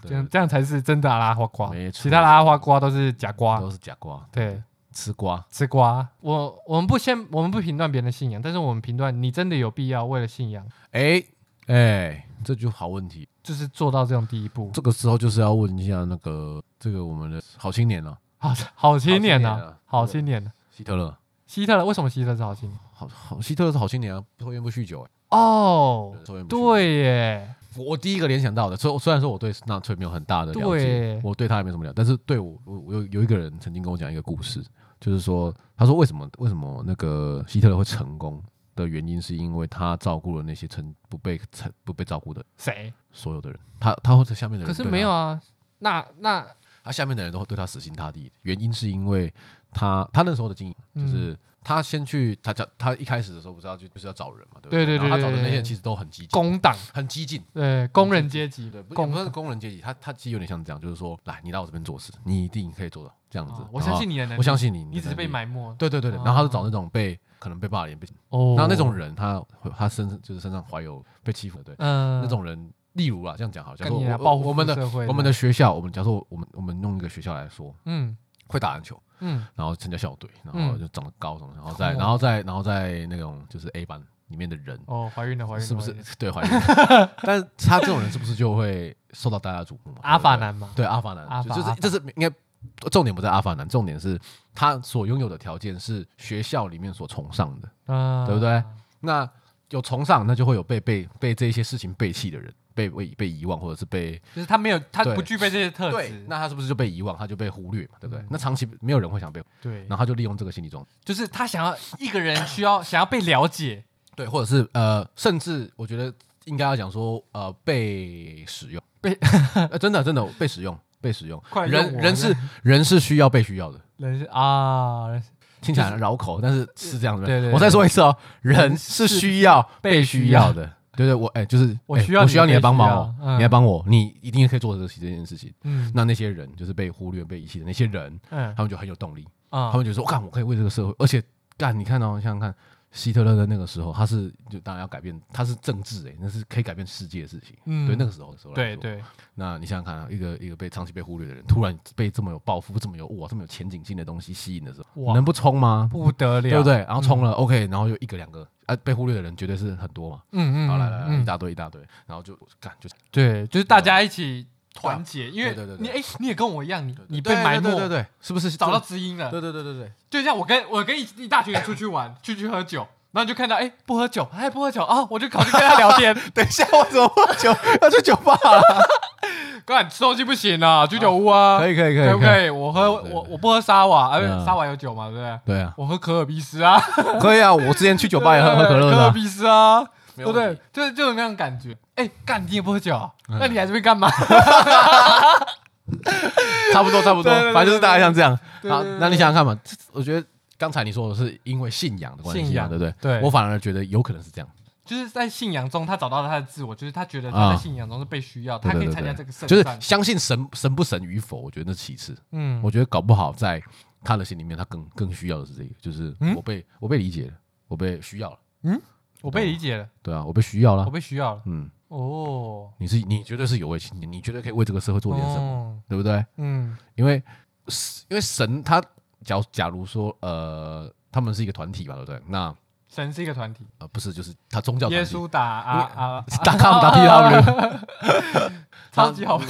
Speaker 2: 对
Speaker 1: 这样这样才啊是真的阿拉花瓜，
Speaker 2: 没错
Speaker 1: 其他的阿拉花瓜都是假瓜，
Speaker 2: 都是假瓜，
Speaker 1: 对，
Speaker 2: 吃瓜，
Speaker 1: 吃瓜。我我们不先我们不评断别人的信仰，但是我们评断你真的有必要为了信仰，
Speaker 2: 哎哎，这就好问题，
Speaker 1: 就是做到这种第一步。
Speaker 2: 这个时候就是要问一下那个这个我们的好青年了、啊
Speaker 1: 好好青年
Speaker 2: 好青年
Speaker 1: 呐
Speaker 2: 啊，
Speaker 1: 好青年呐。
Speaker 2: 希特勒。
Speaker 1: 希特勒为什么希特勒是好青年？
Speaker 2: 好好，希特勒是好青年啊，抽烟不酗酒、欸，
Speaker 1: 哦，
Speaker 2: 抽烟不酗酒。
Speaker 1: 对耶，
Speaker 2: 我我第一个联想到的，虽虽然说我对纳粹没有很大的了
Speaker 1: 对
Speaker 2: 解，我对他也没什么了解，但是对我我我有有一个人曾经跟我讲一个故事，就是说他说为什么为什么那个希特勒会成功的原因，是因为他照顾了那些曾不被曾不被照顾的
Speaker 1: 谁？
Speaker 2: 所有的人，他他或者下面的人
Speaker 1: 可是
Speaker 2: 对他
Speaker 1: 没有啊，那那
Speaker 2: 他下面的人都会对他死心塌地，原因是因为他他那时候的经营
Speaker 1: 嗯
Speaker 2: 就是。他先去，他找他一开始的时候不知道就就是要找人嘛，对不
Speaker 1: 对对
Speaker 2: 然
Speaker 1: 对
Speaker 2: 后他找的
Speaker 1: 对
Speaker 2: 那些人
Speaker 1: 对
Speaker 2: 其实都很激进，
Speaker 1: 工党，
Speaker 2: 很激进，
Speaker 1: 对工人阶级哦
Speaker 2: 对，，不也
Speaker 1: 工
Speaker 2: 不是工人阶级，他他其实有点像这样，就是说，来，你来我这边做事，你一定可以做到这样子
Speaker 1: 啊。我相信
Speaker 2: 你，
Speaker 1: 你的能力，
Speaker 2: 我相信你，
Speaker 1: 你只是被
Speaker 2: 的能
Speaker 1: 埋
Speaker 2: 力。
Speaker 1: 没。
Speaker 2: 对对对对，
Speaker 1: 哦
Speaker 2: 然后他就找那种被可能被霸凌、被，
Speaker 1: 哦
Speaker 2: 然后那种人他会他身就是身上怀有被欺负的，对，
Speaker 1: 嗯
Speaker 2: 那种人，例如啊，这样讲好，假
Speaker 1: 跟
Speaker 2: 如
Speaker 1: 你
Speaker 2: 说
Speaker 1: 啊
Speaker 2: 我
Speaker 1: 报
Speaker 2: 我
Speaker 1: 复
Speaker 2: 我们的
Speaker 1: 社会
Speaker 2: 我们的学校，我们假如说我们我们弄一个学校来说，
Speaker 1: 嗯
Speaker 2: 会打篮球，
Speaker 1: 嗯
Speaker 2: 然后参加校队，然后
Speaker 1: 嗯
Speaker 2: 就长得高什么，然后再
Speaker 1: 哦
Speaker 2: 然后再然后再那种就是 A 班里面的人，
Speaker 1: 哦，怀孕了怀孕了，
Speaker 2: 是不是
Speaker 1: 怀孕了？
Speaker 2: 对 怀疑？但是他这种人是不是就会受到大家瞩目嘛？
Speaker 1: 阿法
Speaker 2: 对
Speaker 1: 男嘛
Speaker 2: 不？对对阿法男，
Speaker 1: 阿法
Speaker 2: 就就
Speaker 1: 阿
Speaker 2: 是
Speaker 1: 法
Speaker 2: 这是应该重点不在阿法男，重点是他所拥有的条件是学校里面所崇尚的。
Speaker 1: 嗯，
Speaker 2: 对不对那有崇尚，那就会有被被被这些事情背弃的人，被被被遗忘，或者是被
Speaker 1: 就是他没有，他
Speaker 2: 对
Speaker 1: 不具备这些特
Speaker 2: 对
Speaker 1: 质，。
Speaker 2: 那他是不是就被遗忘？他就被忽略嘛，对不对
Speaker 1: 嗯？
Speaker 2: 那长期没有人会想被，
Speaker 1: 对
Speaker 2: 然后他就利用这个心理状态，
Speaker 1: 就是他想要一个人需要想要被了解，
Speaker 2: 对，或者是呃，甚至我觉得应该要讲说呃被使用，
Speaker 1: 被
Speaker 2: 呃真的真的被使用。被使用，
Speaker 1: 快用
Speaker 2: 人
Speaker 1: 我
Speaker 2: 人是人是需要被需要的，
Speaker 1: 人是啊，人是
Speaker 2: 听起来很绕口，但是是这样的。
Speaker 1: 对对对
Speaker 2: 我再说一次哦，
Speaker 1: 人
Speaker 2: 人是需要
Speaker 1: 被
Speaker 2: 被
Speaker 1: 需
Speaker 2: 需
Speaker 1: 要
Speaker 2: 要 的。对对，我哎，就是
Speaker 1: 我
Speaker 2: 哎
Speaker 1: 需要
Speaker 2: 我
Speaker 1: 你
Speaker 2: 需要
Speaker 1: 被
Speaker 2: 你来帮
Speaker 1: 需
Speaker 2: 忙
Speaker 1: 要
Speaker 2: 哦，
Speaker 1: 嗯
Speaker 2: 你来帮我，你一定可以做得起这件事情。
Speaker 1: 嗯
Speaker 2: 那那些人就是被忽略、被遗弃的那些人，
Speaker 1: 嗯
Speaker 2: 他们就很有动力，
Speaker 1: 啊
Speaker 2: 他们就说：“我干，我可以为这个社会。”而且干，你看哦，想想看，希特勒的那个时候，他是就当然要改变，他是政治哎，那是可以改变世界的事情。
Speaker 1: 嗯
Speaker 2: 对那个时候的时候来
Speaker 1: 对
Speaker 2: 说
Speaker 1: 对，
Speaker 2: 那你想想看啊，一个一个被长期被忽略的人，突然被这么有抱负、这么有啊哇、这么有前景性的东西吸引的时
Speaker 1: 哇
Speaker 2: 候，能不冲吗？
Speaker 1: 不得了，嗯
Speaker 2: 对不对？然后冲了、OK，然后又一个两个啊，被忽略的人绝对是很多嘛。
Speaker 1: 嗯？嗯嗯，
Speaker 2: 然后来来来，一
Speaker 1: 嗯，
Speaker 2: 大堆一大堆，然后就干就
Speaker 1: 对，就是大家一起团结，因为
Speaker 2: 对对对
Speaker 1: 你
Speaker 2: 对
Speaker 1: 哎，你也跟我一样，你你
Speaker 2: 对
Speaker 1: 被埋
Speaker 2: 对对
Speaker 1: 没，
Speaker 2: 对对，是不是
Speaker 1: 找到知音了，
Speaker 2: 对对对对 对，
Speaker 1: 就像我跟我跟一一大群人出去玩，去去喝酒。然后你就看到，哎，不喝酒，哎，不喝酒啊，我就跑去跟他聊 天。
Speaker 2: 等一下我怎么 喝酒要去酒吧了？
Speaker 1: 干，吃东西不行啊，居酒屋啊，
Speaker 2: 可以可 以
Speaker 1: 可
Speaker 2: 可
Speaker 1: 不
Speaker 2: 以
Speaker 1: 可
Speaker 2: 以，
Speaker 1: 以？我喝
Speaker 2: 对对对
Speaker 1: 我我不喝沙瓦，哎，
Speaker 2: 嗯
Speaker 1: 沙瓦有酒嘛，对不对？
Speaker 2: 对啊，
Speaker 1: 我喝可尔必斯啊，
Speaker 2: 可以啊，我之前去酒吧也喝喝可
Speaker 1: 可
Speaker 2: 乐的
Speaker 1: 尔
Speaker 2: 啊，
Speaker 1: 必斯啊，对
Speaker 2: 没有
Speaker 1: 不
Speaker 2: 问
Speaker 1: 对
Speaker 2: 题？
Speaker 1: 就是就是那种感觉。哎，干你也不喝酒啊，
Speaker 2: 嗯
Speaker 1: 那你来这边干嘛？
Speaker 2: 差不多差不多
Speaker 1: 对对对，
Speaker 2: 反正就是大概像这样。
Speaker 1: 对对
Speaker 2: 好
Speaker 1: 对，对
Speaker 2: 那你想想看嘛，这我觉得刚才你说的是因为信仰的关
Speaker 1: 信
Speaker 2: 系嘛，
Speaker 1: 仰
Speaker 2: 对不对？
Speaker 1: 对
Speaker 2: 我反而觉得有可能是这样，
Speaker 1: 就是在信仰中，他找到了他的自我，就是他觉得他在信仰中是被需要，他可
Speaker 2: 对
Speaker 1: 以
Speaker 2: 对
Speaker 1: 参加
Speaker 2: 对
Speaker 1: 这个圣
Speaker 2: 就是
Speaker 1: 战。
Speaker 2: 相信神神不神与否，我觉得那是其次。
Speaker 1: 嗯，
Speaker 2: 我觉得搞不好在他的心里面，他更更需要的是这个，就是
Speaker 1: 嗯
Speaker 2: 我被、我被理解了，我被需要了，
Speaker 1: 我被理解了，
Speaker 2: 对啊，我被需要
Speaker 1: 我
Speaker 2: 了。
Speaker 1: 被需要了。
Speaker 2: 嗯，
Speaker 1: 哦，
Speaker 2: 你是你绝对是有为青年，你绝对可以为这个社会做点什么，
Speaker 1: 么？
Speaker 2: 对不对？
Speaker 1: 嗯
Speaker 2: 因为因为神他假假如说呃，他们是一个团体吧，对不对？那
Speaker 1: 神是一个团体，
Speaker 2: 呃不是，就是他宗教
Speaker 1: 耶
Speaker 2: 团体。
Speaker 1: 稣打啊啊，
Speaker 2: 打 com 打 PW，
Speaker 1: 超级好玩。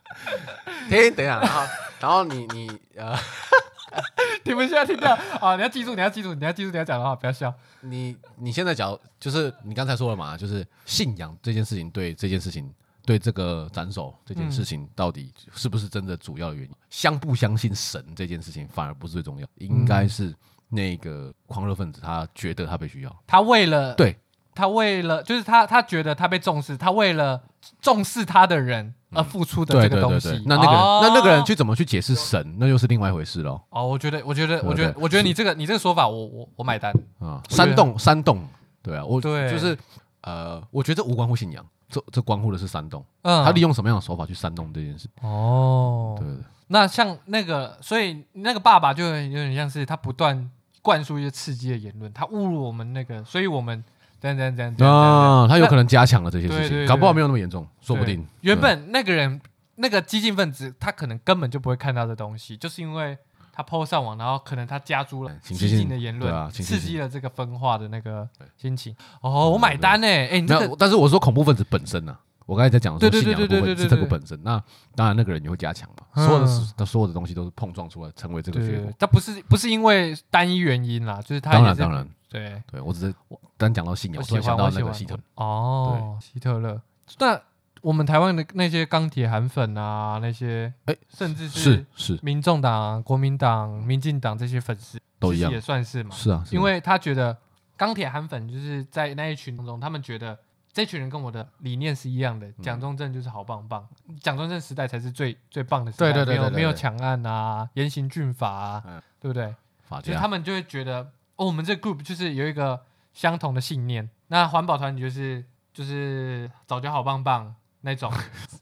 Speaker 2: 哎，等一下，然后然后你你呃，
Speaker 1: 你们现在听到啊？你要记住，你要记住，你要记住你要讲的话，不要笑。
Speaker 2: 你你现在讲就是你刚才说了嘛，就是信仰这件事情对这件事情对这个斩首这件
Speaker 1: 嗯
Speaker 2: 事情到底是不是真的主要原因，相不相信神这件事情反而不是最重要，应该是那个狂热分子他觉得他被需要，
Speaker 1: 他为了
Speaker 2: 对，
Speaker 1: 他为了就是他他觉得他被重视，他为了重视他的人而付出的
Speaker 2: 对
Speaker 1: 这个
Speaker 2: 对
Speaker 1: 东
Speaker 2: 对
Speaker 1: 西
Speaker 2: 对，。那那个人、
Speaker 1: 哦
Speaker 2: 那那个人去怎么去解释神，那又是另外一回事喽
Speaker 1: 哦，我觉得我觉得
Speaker 2: 对
Speaker 1: 我觉得
Speaker 2: 对
Speaker 1: 我觉得你这个你这个说法，我我我买单。
Speaker 2: 啊，
Speaker 1: 我觉得
Speaker 2: 煽动煽动，对啊，我
Speaker 1: 对
Speaker 2: 就是呃，我觉得这无关乎信仰，这这关乎的是煽动，
Speaker 1: 嗯，
Speaker 2: 他利用什么样的手法去煽动这件事，
Speaker 1: 哦
Speaker 2: 对，对对。
Speaker 1: 那像那个，所以那个爸爸就有点有点像是他不断灌输一些刺激的言论，他侮辱我们那个，所以我们这样这样这样这样这样。这样
Speaker 2: 啊，他有可能加强了这些事
Speaker 1: 对对对
Speaker 2: 情，搞不好没有那么严重，说不定
Speaker 1: 对。原本那个人那个激进分子，他可能根本就不会看到的东西，就是因为他 PO 上网，然后可能他加诸了
Speaker 2: 哎
Speaker 1: 激
Speaker 2: 情绪性
Speaker 1: 进的言论，
Speaker 2: 对啊情绪
Speaker 1: 刺
Speaker 2: 性
Speaker 1: 激了这个分化的那个心情。哦，我买单呢，哎，你
Speaker 2: 没
Speaker 1: 这
Speaker 2: 有
Speaker 1: 个，
Speaker 2: 但是我说恐怖分子本身呢、我刚才在讲
Speaker 1: 对对
Speaker 2: 说信仰的部
Speaker 1: 对对
Speaker 2: 分
Speaker 1: 对
Speaker 2: 是
Speaker 1: 对
Speaker 2: 这
Speaker 1: 对
Speaker 2: 个本身，那当然那个人也会加强嘛，
Speaker 1: 嗯
Speaker 2: 所有的事他所有的东西都是碰撞出来成为这个结果
Speaker 1: 对，。他不是不是因为单一原因啦，就是他
Speaker 2: 当
Speaker 1: 也
Speaker 2: 然
Speaker 1: 是
Speaker 2: 当然，
Speaker 1: 对。
Speaker 2: 对我只是单讲到信仰，
Speaker 1: 我
Speaker 2: 我
Speaker 1: 喜欢
Speaker 2: 突然想到那
Speaker 1: 我
Speaker 2: 个
Speaker 1: 喜
Speaker 2: 希
Speaker 1: 欢
Speaker 2: 特
Speaker 1: 哦，希特勒。那我们台湾的那些钢铁韩粉啊，那些
Speaker 2: 哎
Speaker 1: 甚至
Speaker 2: 是是
Speaker 1: 民众党、国民党、民进党这些粉丝，
Speaker 2: 都
Speaker 1: 其
Speaker 2: 一
Speaker 1: 实
Speaker 2: 样
Speaker 1: 也，算是嘛。
Speaker 2: 是啊，是啊
Speaker 1: 因为他觉得钢铁韩粉就是在那一群当中，他们觉得这群人跟我的理念是一样的，
Speaker 2: 嗯
Speaker 1: 蒋中正就是好棒棒，蒋中正时代才是最最棒的时代，
Speaker 2: 对对对
Speaker 1: 没有
Speaker 2: 对对
Speaker 1: 没有
Speaker 2: 对
Speaker 1: 强案啊，严刑峻法啊，
Speaker 2: 嗯
Speaker 1: 对不对？
Speaker 2: 法
Speaker 1: 就是
Speaker 2: 家
Speaker 1: 他们就会觉得，哦，我们这个 group 就是有一个相同的信念。那环保团体就是就是早就好棒棒那 种，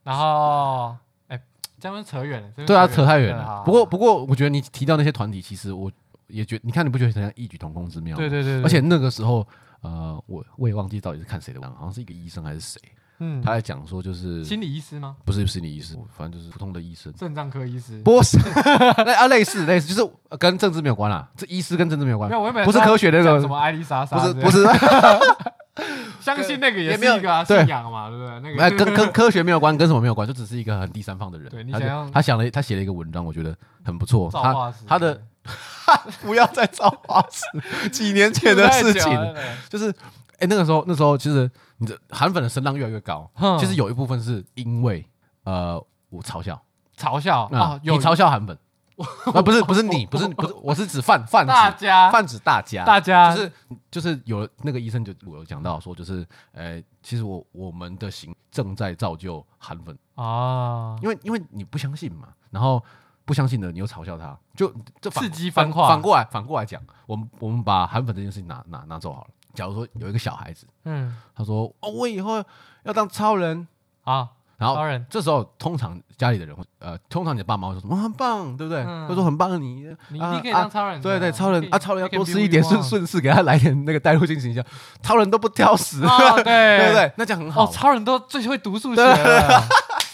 Speaker 1: 然后哎，这样扯远了，这边
Speaker 2: 对啊，扯太远
Speaker 1: 对啊
Speaker 2: 了。不过不过，我觉得你提到那些团体，其实我也觉你看你不觉得很像异曲同工之妙吗？
Speaker 1: 对对对，对
Speaker 2: 而且那个时候，呃，我我也忘记到底是看谁的文章，好像是一个医生还是谁，
Speaker 1: 嗯
Speaker 2: 他，在讲说就是
Speaker 1: 心理医师吗？
Speaker 2: 不是心理医师，反正就是普通的医生，
Speaker 1: 肾脏科医师？
Speaker 2: 不是 类啊类似类似，就是呃跟政治没有关啦，这医师跟政治没有关
Speaker 1: 没，有，我原本
Speaker 2: 不是
Speaker 1: 说
Speaker 2: 科学的那
Speaker 1: 讲
Speaker 2: 个
Speaker 1: 什，么艾丽莎莎
Speaker 2: 不是
Speaker 1: 之类的，
Speaker 2: 不是，
Speaker 1: 相信那个也
Speaker 2: 也没有
Speaker 1: 是一个啊
Speaker 2: 对
Speaker 1: 信仰嘛，对不对？那
Speaker 2: 哎，
Speaker 1: 个
Speaker 2: 跟科科学没有关，跟什么没有关，就只是一个很第三方的人。
Speaker 1: 对你
Speaker 2: 他就
Speaker 1: 想要
Speaker 2: 他想了他写了一个文章，我觉得很不错，
Speaker 1: 造
Speaker 2: 他
Speaker 1: 化师
Speaker 2: 他的不要再造化石，几年前的 事情，
Speaker 1: 太久了对
Speaker 2: 就是哎、那个时候那时候其实你的韩粉的声浪越来越高，
Speaker 1: 哼
Speaker 2: 其实有一部分是因为呃我嘲笑
Speaker 1: 嘲笑啊
Speaker 2: 啊，，你
Speaker 1: 有
Speaker 2: 嘲笑韩粉啊，不是不是你，不是不是，我是指泛泛
Speaker 1: 大
Speaker 2: 指
Speaker 1: 家
Speaker 2: 泛指大家，
Speaker 1: 大家
Speaker 2: 啊就是就是有那个医生就有讲到说，就是呃，其实我我们的行正在造就韩粉，
Speaker 1: 啊，
Speaker 2: 因为因为你不相信嘛，然后不相信的你又嘲笑他，就这反
Speaker 1: 刺激分
Speaker 2: 反
Speaker 1: 化
Speaker 2: 反过来反过来讲，我们我们把韩粉这件事情拿拿拿走好了。假如说有一个小孩子，
Speaker 1: 嗯
Speaker 2: 他说哦，我以后要当超人，
Speaker 1: 啊，
Speaker 2: 然后
Speaker 1: 超人
Speaker 2: 这时候通常家里的人会，呃，通常你的爸妈会说什么、哇很棒，对不对？
Speaker 1: 嗯
Speaker 2: 会说很棒，你
Speaker 1: 你一
Speaker 2: 啊
Speaker 1: 定可以
Speaker 2: 啊
Speaker 1: 当超人的啊、
Speaker 2: 对对，超人
Speaker 1: 你可以
Speaker 2: 啊，超人要多吃一点，顺。 顺势给他来点那个带入性形象，超人都不挑食，
Speaker 1: 你可以 build me up 哦，对
Speaker 2: 对不？对？那这样很好
Speaker 1: 哦，
Speaker 2: 嘛，
Speaker 1: 超人都最会读数学了，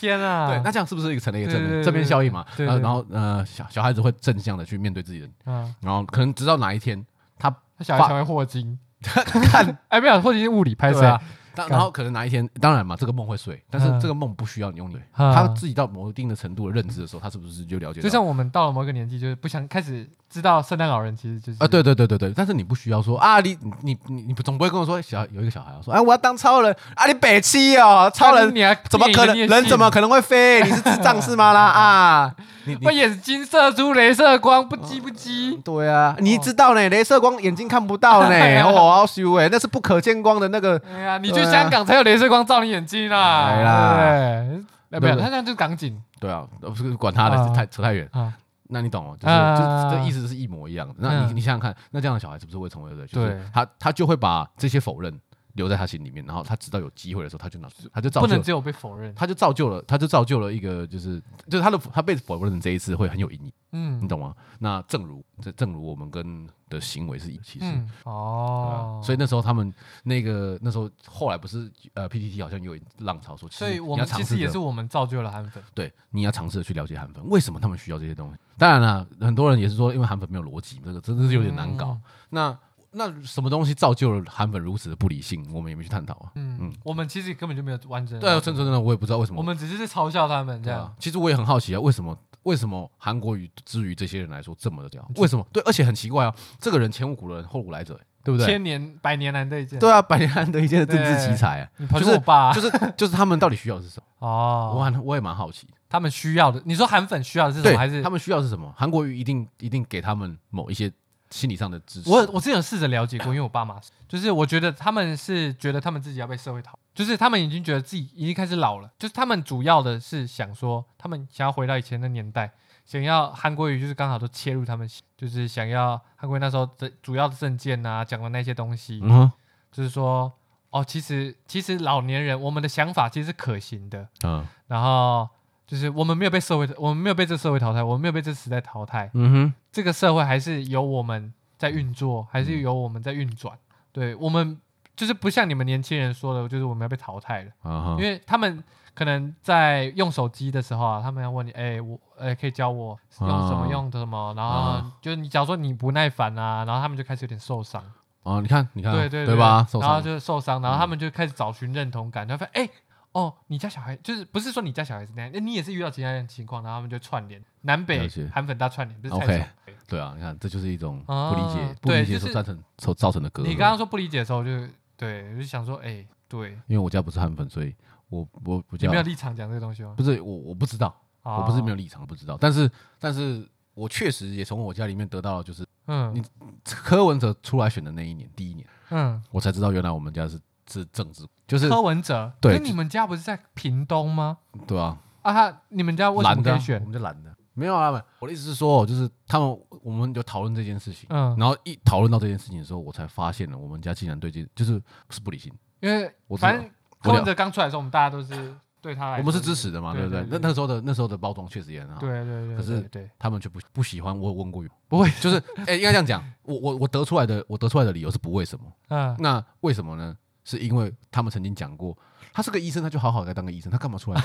Speaker 1: 天啊！
Speaker 2: 对，那这样是不是一个成了一个正
Speaker 1: 对对对
Speaker 2: 面正面效应嘛？
Speaker 1: 对对
Speaker 2: 然后然后呃，小小孩子会正向的去面对自己的，
Speaker 1: 嗯，
Speaker 2: 然后可能直到哪一天他
Speaker 1: 他小孩
Speaker 2: 发
Speaker 1: 成为霍金，
Speaker 2: 看
Speaker 1: 哎，没有，霍金是物理拍
Speaker 2: 对
Speaker 1: 摄
Speaker 2: 啊，当然后可能哪一天，当然嘛，这个梦会碎，但是
Speaker 1: 嗯
Speaker 2: 这个梦不需要你用力，
Speaker 1: 嗯
Speaker 2: 他自己到某一定的程度的认知的时候，他是不是就了解到？
Speaker 1: 就像我们到了某个年纪，就是不想开始知道圣诞老人其实就是
Speaker 2: 啊，对对对对对，但是你不需要说啊，你你你你总不会跟我说小有一个小孩说，哎、我要当超人啊，你北七哦，超 人
Speaker 1: 你还
Speaker 2: 怎么可
Speaker 1: 你
Speaker 2: 能
Speaker 1: 也
Speaker 2: 人
Speaker 1: 信
Speaker 2: 怎么可能会飞？你是智障是吗啦啊？ 你
Speaker 1: 我
Speaker 2: 你
Speaker 1: 眼睛射出镭射光，不激不激？
Speaker 2: 对
Speaker 1: 哦
Speaker 2: 啊，你知道呢，镭射光眼睛看不到呢， 哦，好羞哎，那是不可见光的那个。
Speaker 1: 哎呀，你去
Speaker 2: 对啊
Speaker 1: 香港才有镭射光照你眼睛啦，
Speaker 2: 哎啦
Speaker 1: 对不对，哎没有，
Speaker 2: 对不对
Speaker 1: 他那样就是港警
Speaker 2: 对啊，呃不是管他的，
Speaker 1: 啊
Speaker 2: 太扯太远。
Speaker 1: 啊，
Speaker 2: 那你懂哦，就是
Speaker 1: 啊
Speaker 2: 就这意思是一模一样的。那
Speaker 1: 嗯
Speaker 2: 你你想想看，那这样的小孩是不是会成为对不对？就是
Speaker 1: 对
Speaker 2: 他他就会把这些否认留在他心里面，然后他直到有机会的时候，他就拿他就
Speaker 1: 嗯
Speaker 2: 造
Speaker 1: 不
Speaker 2: 就了
Speaker 1: 能只有被否认。
Speaker 2: 他就造就了，他就造就了一个，就是就是他的他被否认这一次会很有阴影，你
Speaker 1: 嗯
Speaker 2: 懂吗？那正如这正如我们跟的行为是一其实。
Speaker 1: 嗯，
Speaker 2: 对
Speaker 1: 哦
Speaker 2: 啊，所以那时候他们那个那时候后来不是呃 PTT 好像有浪潮说，其实
Speaker 1: 所以我
Speaker 2: 你要
Speaker 1: 们
Speaker 2: 尝
Speaker 1: 其
Speaker 2: 试
Speaker 1: 实也
Speaker 2: 着
Speaker 1: 是我们造就了韩粉。
Speaker 2: 对，你要尝试的去了解韩粉，为什么他们需要这些东西？当然了，很多人也是说，因为韩粉没有逻辑，这个真的是有点难搞。
Speaker 1: 嗯
Speaker 2: 那那什么东西造就了韩粉如此的不理性？我们也没去探讨啊。
Speaker 1: 嗯
Speaker 2: 嗯，
Speaker 1: 我们其实根本就没有完整。
Speaker 2: 对啊，真真的我也不知道为什么
Speaker 1: 我们只是在嘲笑他们这
Speaker 2: 对
Speaker 1: 样
Speaker 2: 啊。，其实我也很好奇啊，为什么为什么韩国语之于这些人来说这么的
Speaker 1: 嗯
Speaker 2: 屌？为什么？对，而且很奇怪哦，这个人前无古人后无来者，对不对？
Speaker 1: 千年百年难对见。
Speaker 2: 对啊，百年难得一见的政治奇才啊，
Speaker 1: 你跑去
Speaker 2: 就是
Speaker 1: 我爸啊
Speaker 2: 就是就是他们到底需要的是什么？我
Speaker 1: 哦，
Speaker 2: 很我也蛮好奇，
Speaker 1: 他们需要的，你说韩粉需要的是什
Speaker 2: 对
Speaker 1: 么？还是
Speaker 2: 他们需要是什么？韩国瑜一定一定给他们某一些心理上的支持。
Speaker 1: 我我之前有试着了解过，因为我爸妈是就是我觉得他们是觉得他们自己要被社会淘，就是他们已经觉得自己已经开始老了，就是他们主要的是想说，他们想要回到以前的年代，想要韩国语就是刚好都切入他们，就是想要韩国瑜那时候的主要的政见啊，讲的那些东西，
Speaker 2: 嗯哼
Speaker 1: 就是说哦，其实其实老年人我们的想法其实是可行的，
Speaker 2: 嗯
Speaker 1: 然后就是我们没有被社会，我们没有被这社会淘汰，我们没有被这时代淘汰，
Speaker 2: 嗯哼，
Speaker 1: 这个社会还是由我们在运作，还是由我们在运转。对我们就是不像你们年轻人说的，就是我们要被淘汰了，
Speaker 2: 啊哈
Speaker 1: 因为他们可能在用手机的时候啊，他们要问你，哎、我哎、可以教我用什么
Speaker 2: 啊
Speaker 1: 用的什么，然后
Speaker 2: 啊
Speaker 1: 就是你假如说你不耐烦啊，然后他们就开始有点受伤，
Speaker 2: 哦，你看你看，
Speaker 1: 对对
Speaker 2: 对吧？受
Speaker 1: 然后
Speaker 2: 伤嗯
Speaker 1: 就是受伤，然后他们就开始找寻认同感，他发现哎。哦，你家小孩就是不是说你家小孩是那样，哎那你也是遇到其他人的情况，然后他们就串联南北
Speaker 2: 了解
Speaker 1: 韩粉大串联，不是太
Speaker 2: OK
Speaker 1: 爽
Speaker 2: 对啊，你看这就是一种
Speaker 1: 啊
Speaker 2: 不理解、不
Speaker 1: 对
Speaker 2: 理
Speaker 1: 就
Speaker 2: 解
Speaker 1: 是
Speaker 2: 所造成所造成的隔阂。
Speaker 1: 你刚刚说不理解的时候，我就对，我就想说，哎、对，
Speaker 2: 因为我家不是韩粉，所以我我不
Speaker 1: 你
Speaker 2: 叫
Speaker 1: 没有立场讲这个东西吗？
Speaker 2: 不是我我不知道，
Speaker 1: 哦
Speaker 2: 我不是没有，立场不知道，但是但是我确实也从我家里面得到了，就是
Speaker 1: 嗯
Speaker 2: 你柯文哲出来选的那一年，第一年
Speaker 1: 嗯，
Speaker 2: 我才知道原来我们家是是政治，就是
Speaker 1: 柯文哲，
Speaker 2: 对
Speaker 1: 可是你们家不是在屏东吗？
Speaker 2: 对啊，
Speaker 1: 啊，他你们家为什
Speaker 2: 蓝
Speaker 1: 么
Speaker 2: 的
Speaker 1: 可
Speaker 2: 啊
Speaker 1: 以选
Speaker 2: 我？们就蓝的，没有啊，我的意思是说，就是他们我们有讨论这件事情。
Speaker 1: 嗯，
Speaker 2: 然后一讨论到这件事情的时候，我才发现了我们家竟然对这就是是不理性，
Speaker 1: 因为
Speaker 2: 我知道
Speaker 1: 反正柯文哲刚出来的时候，我们大家都是对他来，
Speaker 2: 我们是支，持的嘛，
Speaker 1: 对
Speaker 2: 对不对？
Speaker 1: 对对
Speaker 2: 那那时候的那时候的包装确实也很好，
Speaker 1: 对对对，
Speaker 2: 可是
Speaker 1: 对对，
Speaker 2: 他们却不不喜欢。我有问过，
Speaker 1: 不会，
Speaker 2: 就是哎、应该这样讲，我我我得出来的我得出来的理由是不为什么，
Speaker 1: 嗯，
Speaker 2: 那为什么呢？是因为他们曾经讲过，他是个医生，他就好好在当个医生，他干嘛出来？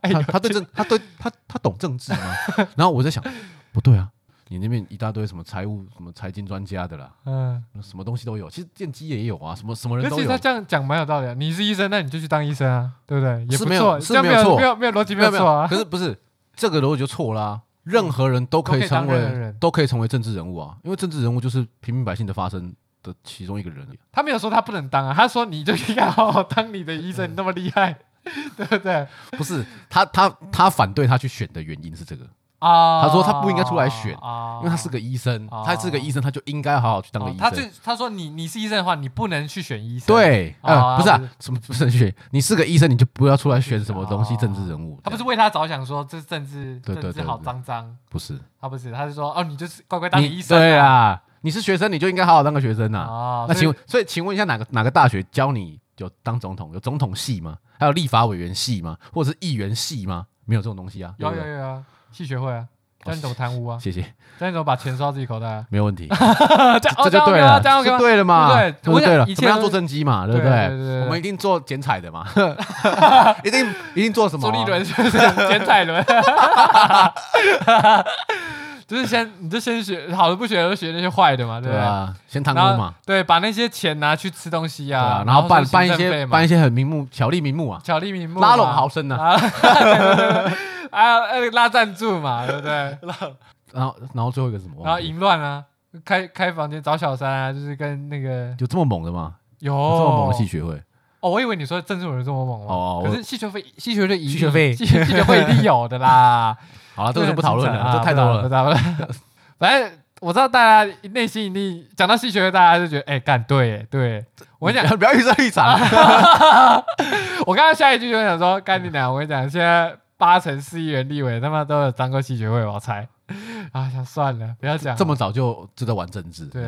Speaker 1: 哎
Speaker 2: 他他对政，他对他他懂政治 吗？然后我在想，不对啊，你那边一大堆什么财务、什么财经专家的啦，
Speaker 1: 嗯，
Speaker 2: 什么东西都有，其实电机也有啊，什么什么
Speaker 1: 那
Speaker 2: 人
Speaker 1: 其
Speaker 2: 都
Speaker 1: 实
Speaker 2: 有
Speaker 1: 他。这样讲蛮有道理啊。你是医生，那你就去当医生啊，对不对？也
Speaker 2: 是
Speaker 1: 不
Speaker 2: 没有
Speaker 1: 错，
Speaker 2: 是
Speaker 1: 这样
Speaker 2: 没
Speaker 1: 没
Speaker 2: 有
Speaker 1: 有
Speaker 2: 错
Speaker 1: 没有没有逻辑，没有错啊
Speaker 2: 可。是不是这个逻辑就错啦、任何人都可以成
Speaker 1: 都可以当任何
Speaker 2: 为
Speaker 1: 人
Speaker 2: 都可以成为政治人物啊，因为政治人物就是平民百姓的发声的其中一个人。啊
Speaker 1: 他没有说他不能当啊，他说你就应该好好当你的医生，你那么厉害， 对不对？
Speaker 2: 不是他他他反对他去选的原因是这个，
Speaker 1: 啊
Speaker 2: 他说他不应该出来选
Speaker 1: 啊
Speaker 2: 因为他是个医生，
Speaker 1: 哦
Speaker 2: 他是个医生，他就应该好好去当个
Speaker 1: 哦
Speaker 2: 医
Speaker 1: 他最
Speaker 2: 生。
Speaker 1: 他说你你是医生的话，你不能去选医生。，
Speaker 2: 对，
Speaker 1: 哦
Speaker 2: 呃，不是
Speaker 1: 不是
Speaker 2: 啊，什么不是选？你是个医生，你就不要出来选什么东西
Speaker 1: 哦
Speaker 2: 政治人物。
Speaker 1: 他不是
Speaker 2: 这样
Speaker 1: 为他着想说这政治
Speaker 2: 对对
Speaker 1: 政治
Speaker 2: 对
Speaker 1: 好
Speaker 2: 对
Speaker 1: 脏脏，
Speaker 2: 不是
Speaker 1: 他不是，他是说哦，你就是乖乖当个医
Speaker 2: 你
Speaker 1: 生。
Speaker 2: 对啊，你是学生，你就应该好好当个学生呐。
Speaker 1: 哦，
Speaker 2: 那
Speaker 1: 所以
Speaker 2: 请问，所以请问一下，哪个哪个大学教你有当总统，有总统系吗？还有立法委员系吗？或者是议员系吗？没有这种东西啊。
Speaker 1: 有
Speaker 2: 对
Speaker 1: 有
Speaker 2: 不对
Speaker 1: 有啊，戏学会啊，
Speaker 2: 哦
Speaker 1: 教你怎么贪污啊，
Speaker 2: 谢谢，
Speaker 1: 教你怎么把钱收到自己口袋啊，哦
Speaker 2: 没有问题，
Speaker 1: 这
Speaker 2: 啊这就对了，
Speaker 1: 这样 OK
Speaker 2: 就
Speaker 1: 吗？
Speaker 2: 对了嘛，
Speaker 1: 对
Speaker 2: 这
Speaker 1: 我
Speaker 2: 就
Speaker 1: 想
Speaker 2: 对了，
Speaker 1: 以
Speaker 2: 我
Speaker 1: 前
Speaker 2: 们要做政绩嘛，对不
Speaker 1: 对对对对
Speaker 2: 我们一定做剪彩的嘛， 一定一定做什么
Speaker 1: 朱
Speaker 2: 啊？
Speaker 1: 立伦是不是简彩伦？ 就是先，你就先学好的不学，就学那些坏的嘛，对
Speaker 2: 对
Speaker 1: 不对？
Speaker 2: 啊，先贪
Speaker 1: 然
Speaker 2: 污
Speaker 1: 后
Speaker 2: 嘛，
Speaker 1: 对，把那些钱拿去吃东西
Speaker 2: 对
Speaker 1: 呀
Speaker 2: 啊，，然后办
Speaker 1: 收行
Speaker 2: 办一
Speaker 1: 政
Speaker 2: 些
Speaker 1: 费嘛
Speaker 2: 办一些很名目巧立名目啊，
Speaker 1: 巧立名目嘛，
Speaker 2: 拉拢豪绅啊，
Speaker 1: 啊，啊，呃拉赞助嘛，对不对？
Speaker 2: 然后然后最后一个是什么？
Speaker 1: 然后
Speaker 2: 忘记了
Speaker 1: 淫乱啊，开开房间找小三啊，就是跟那个
Speaker 2: 有这么猛的吗？
Speaker 1: 有
Speaker 2: 有这么猛的戏学会？
Speaker 1: 哦，我以为你说郑有人这么猛哦
Speaker 2: 哦哦，
Speaker 1: 可是戏学会戏学会一定
Speaker 2: 戏学会
Speaker 1: 戏戏学会一定有的啦。
Speaker 2: 好了，这个就不讨论
Speaker 1: 啊
Speaker 2: 了，这太多了
Speaker 1: 不。知道不知道。不知道 反正我知道大家内心一定讲到戏学会，大家就觉得哎，干对哎对。我跟你讲，
Speaker 2: 不要预设立场。
Speaker 1: 我刚刚下一句就想说，干你娘！我跟你讲，现在八成市议员、立委他妈都有当过戏学会，我猜。啊，想算了，不要讲了
Speaker 2: 这么早就就在玩政治，
Speaker 1: 对，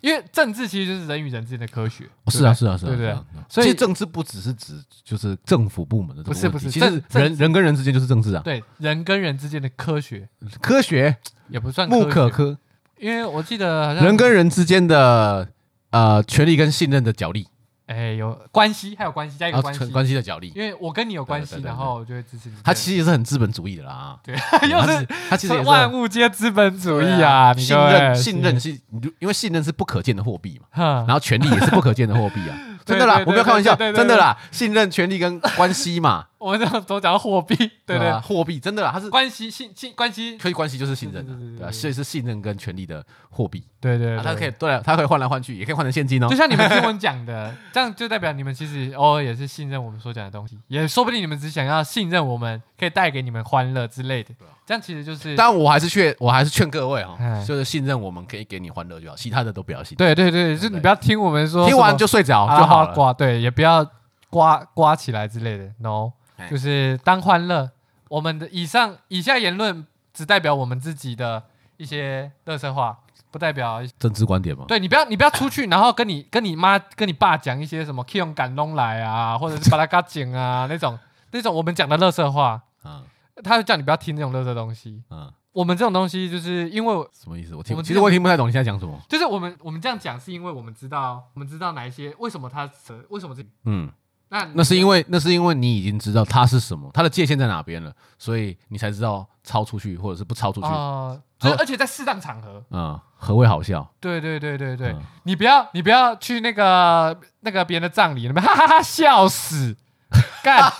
Speaker 1: 因为政治其实就是人与人之间的科学。
Speaker 2: 哦，是啊，是啊，是啊，
Speaker 1: 对对
Speaker 2: 是啊。是啊
Speaker 1: 所以
Speaker 2: 其实政治不只是指就是政府部门的这
Speaker 1: 不
Speaker 2: 个
Speaker 1: 是
Speaker 2: 问题
Speaker 1: 不是
Speaker 2: 其实
Speaker 1: 政
Speaker 2: 人人跟人之间就是政治啊，
Speaker 1: 对不对，对人跟人之间的科学
Speaker 2: 科学
Speaker 1: 也不算
Speaker 2: 木
Speaker 1: 科
Speaker 2: 可
Speaker 1: 学，
Speaker 2: 科，
Speaker 1: 因为我记得好像
Speaker 2: 人跟人之间的呃权力跟信任的角力，
Speaker 1: 哎有关系，还有关系加一个
Speaker 2: 然后
Speaker 1: 关系，
Speaker 2: 啊关系的角力，
Speaker 1: 因为我跟你有关
Speaker 2: 对
Speaker 1: 系，
Speaker 2: 对对
Speaker 1: 然后我就会支持你。
Speaker 2: 它其实也是很资本主义的啦。啊
Speaker 1: 对，又
Speaker 2: 它
Speaker 1: 是
Speaker 2: 是它其实也是
Speaker 1: 万
Speaker 2: 很
Speaker 1: 物皆资本主义
Speaker 2: 对
Speaker 1: 啊！你
Speaker 2: 信
Speaker 1: 各位
Speaker 2: 任信任，是，你就因为信任是不可见的货币嘛。
Speaker 1: 哼
Speaker 2: 然后权力也是不可见的货币啊，
Speaker 1: 对
Speaker 2: 真的啦
Speaker 1: 对对，
Speaker 2: 我没有开玩笑，
Speaker 1: 对对对对
Speaker 2: 真的啦，信任、权力跟关系嘛，
Speaker 1: 我们这总讲到货币， 对不对
Speaker 2: 啊，货币真的啦，它是
Speaker 1: 关系信信关系，
Speaker 2: 可以关系就是信任
Speaker 1: 对对对
Speaker 2: 的，
Speaker 1: 对
Speaker 2: 对吧？
Speaker 1: 对
Speaker 2: 所以是信任跟权力的货币，
Speaker 1: 对对
Speaker 2: 啊它可以
Speaker 1: 以。
Speaker 2: 对啊，它可以换来换去，也可以换成现金哦
Speaker 1: 就。像你们新闻讲的， 这样就代表你们其实偶尔也是信任我们所讲的东西，也说不定你们只想要信任我们，可以带给你们欢乐之类的。
Speaker 2: 啊
Speaker 1: 这样其实就是
Speaker 2: 但我还是劝，我还是劝各位哦
Speaker 1: 嗯，
Speaker 2: 就是信任我们可以给你欢乐就好，其他的都不要信。
Speaker 1: 对对对，就你不要听我们说
Speaker 2: 听
Speaker 1: 什
Speaker 2: 完
Speaker 1: 么
Speaker 2: 就睡着
Speaker 1: 啊
Speaker 2: 就好了。
Speaker 1: 刮对，也不要刮刮起来之类的。No，
Speaker 2: 哎
Speaker 1: 就是当欢乐。我们的以上以下言论只代表我们自己的一些乐色话，不代表一些
Speaker 2: 政治观点吗？
Speaker 1: 对你不要你不要出去，然后跟你跟你妈跟你爸讲一些什么 “k 用赶弄来啊”或者是“巴拉嘎井啊”那种那种我们讲的乐色话，
Speaker 2: 嗯
Speaker 1: 他就叫你不要听那种乐色东西。
Speaker 2: 嗯，
Speaker 1: 我们这种东西就是因为
Speaker 2: 什么意思？我
Speaker 1: 我
Speaker 2: 听，
Speaker 1: 们
Speaker 2: 其实我也听不太懂你现在讲什么。
Speaker 1: 就是我们我们这样讲是因为我们知道我们知道哪一些为什么他为什么这
Speaker 2: 嗯，
Speaker 1: 那
Speaker 2: 那是因为那是因为你已经知道它是什么，它的界限在哪边了，所以你才知道超出去或者是不超出去。
Speaker 1: 哦，就是
Speaker 2: 哦
Speaker 1: 而且在适当场合，
Speaker 2: 嗯，何谓好笑？
Speaker 1: 对对对对对，
Speaker 2: 嗯
Speaker 1: 你不要你不要去那个那个别人的葬礼那边哈 哈哈笑死， 干，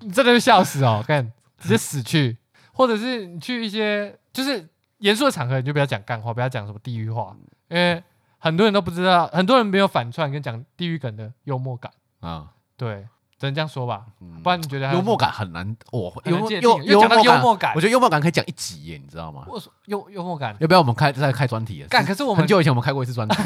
Speaker 1: 你真的会笑死哦，干，直接死去，或者是你去一些就是严肃的场合，你就不要讲干话，不要讲什么地域话，因为很多人都不知道，很多人没有反串跟讲地域梗的幽默感，
Speaker 2: 啊，
Speaker 1: 对，只能这样说吧，
Speaker 2: 嗯
Speaker 1: 不然你觉得还有
Speaker 2: 幽默感很难，我
Speaker 1: 很
Speaker 2: 幽
Speaker 1: 难
Speaker 2: 默
Speaker 1: 界定
Speaker 2: 幽
Speaker 1: 又讲到幽
Speaker 2: 幽
Speaker 1: 默
Speaker 2: 默
Speaker 1: 感
Speaker 2: 我觉得幽默感可以讲一集耶，你知道吗
Speaker 1: 什么？？我说幽幽默感，
Speaker 2: 要不要我们开再开专题？
Speaker 1: 干，可是我们
Speaker 2: 很久以前我们开过一次专 题，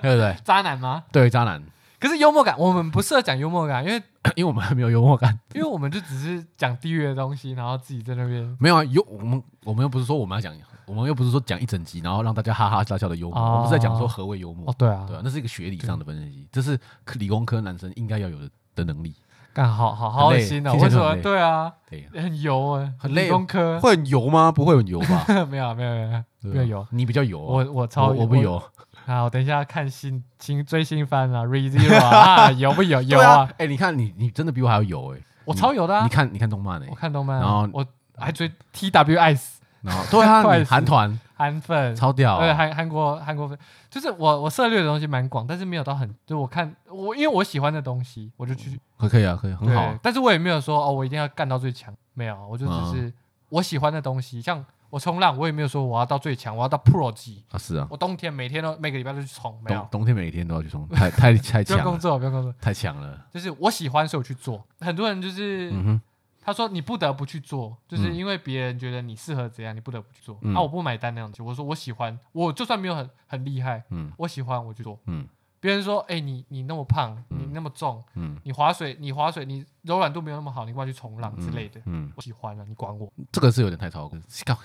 Speaker 2: 对不对？
Speaker 1: 渣男吗？
Speaker 2: 对于渣男，
Speaker 1: 可是幽默感，我们不适合讲幽默感，因为
Speaker 2: 因为我们还没有幽默感，
Speaker 1: 因为我们就只是讲地狱的东西，然后自己在那边
Speaker 2: 没有啊，幽我们我们又不是说我们要讲，我们又不是说讲一整集，然后让大家哈哈大笑的幽默，
Speaker 1: 哦
Speaker 2: 我们是在讲说何谓幽默
Speaker 1: 哦，，对啊
Speaker 2: 对，啊，那是一个学理上的分析，这是科理工科男生应该要有的的能力，
Speaker 1: 干好好好
Speaker 2: 很
Speaker 1: 恶
Speaker 2: 累
Speaker 1: 心哦，
Speaker 2: 听起
Speaker 1: 为什
Speaker 2: 来就
Speaker 1: 么？
Speaker 2: 很累
Speaker 1: 对啊，
Speaker 2: 对啊，
Speaker 1: 很油啊，
Speaker 2: 很累
Speaker 1: 理工科
Speaker 2: 会很油吗？不会很油吧？
Speaker 1: 没有没有没有
Speaker 2: 对啊
Speaker 1: 没有油，
Speaker 2: 你比较油啊，
Speaker 1: 我我超
Speaker 2: 我我不油，
Speaker 1: 啊，我等一下看新新追新番啊 r e Zero 啊，啊有不有有
Speaker 2: 对
Speaker 1: 啊？，
Speaker 2: 哎，你看你你真的比我还要油哎，
Speaker 1: 我超有的啊
Speaker 2: 你，看你看动漫哎
Speaker 1: 我，看动漫啊，
Speaker 2: 然后
Speaker 1: 我还追 T W S
Speaker 2: 然后 对啊，
Speaker 1: 快
Speaker 2: 你
Speaker 1: 死
Speaker 2: 韩团
Speaker 1: 韩粉，
Speaker 2: 超屌啊，
Speaker 1: 对韩韩国韩国粉，就是我我涉猎的东西蛮广，但是没有到很，就我看我因为我喜欢的东西，我就去
Speaker 2: 可可以啊，可以很好
Speaker 1: 对
Speaker 2: 啊，
Speaker 1: 但是我也没有说哦，我一定要干到最强，没有，我就只
Speaker 2: 嗯
Speaker 1: 是我喜欢的东西，像我冲浪，我也没有说我要到最强，我要到 Pro 级，
Speaker 2: 啊是啊，
Speaker 1: 我冬天每天都每个礼拜都去冲，没
Speaker 2: 冬
Speaker 1: 有，
Speaker 2: 冬天每天都要去冲，太太太
Speaker 1: 不用
Speaker 2: 强
Speaker 1: 工
Speaker 2: 了，
Speaker 1: 作，不用工作，
Speaker 2: 太强了，
Speaker 1: 就是我喜欢，所以我去做。很多人就是、
Speaker 2: 嗯哼，
Speaker 1: 他说你不得不去做，就是
Speaker 2: 嗯
Speaker 1: 因为别人觉得你适合怎样，你不得不去做。
Speaker 2: 嗯
Speaker 1: 啊，我不买单那样子，我说我喜欢，我就算没有很很厉害，
Speaker 2: 嗯
Speaker 1: 我喜欢我去做。
Speaker 2: 嗯
Speaker 1: 别人说，哎、你你那么胖，你
Speaker 2: 嗯
Speaker 1: 那么重，
Speaker 2: 嗯
Speaker 1: 你划水，你划水，你柔软度没有那么好，你过来去冲浪之类的。
Speaker 2: 嗯，
Speaker 1: 我喜欢了，你管我？
Speaker 2: 这个是有点太超过，靠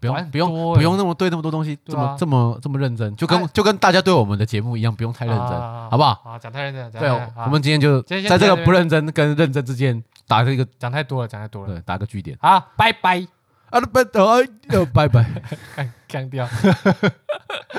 Speaker 2: 不
Speaker 1: 玩
Speaker 2: 用
Speaker 1: 很
Speaker 2: 不用
Speaker 1: 多欸
Speaker 2: 不用那么对那么多东西
Speaker 1: 对
Speaker 2: 这
Speaker 1: 啊
Speaker 2: 么这么这么认真，就
Speaker 1: 哎
Speaker 2: 跟就跟大家对我们的节目一样，不用太认真，
Speaker 1: 啊
Speaker 2: 好不好？
Speaker 1: 啊，讲太认真了，讲
Speaker 2: 对，
Speaker 1: 太
Speaker 2: 我
Speaker 1: 啊
Speaker 2: 我们今天就
Speaker 1: 今天先
Speaker 2: 在这
Speaker 1: 到这
Speaker 2: 个
Speaker 1: 边
Speaker 2: 不认真跟认真之间打这个
Speaker 1: 啊讲太多了，讲太多了。
Speaker 2: 对打个句点
Speaker 1: 好， 拜拜，哎
Speaker 2: 啊，拜拜，呃拜拜。
Speaker 1: 干干掉。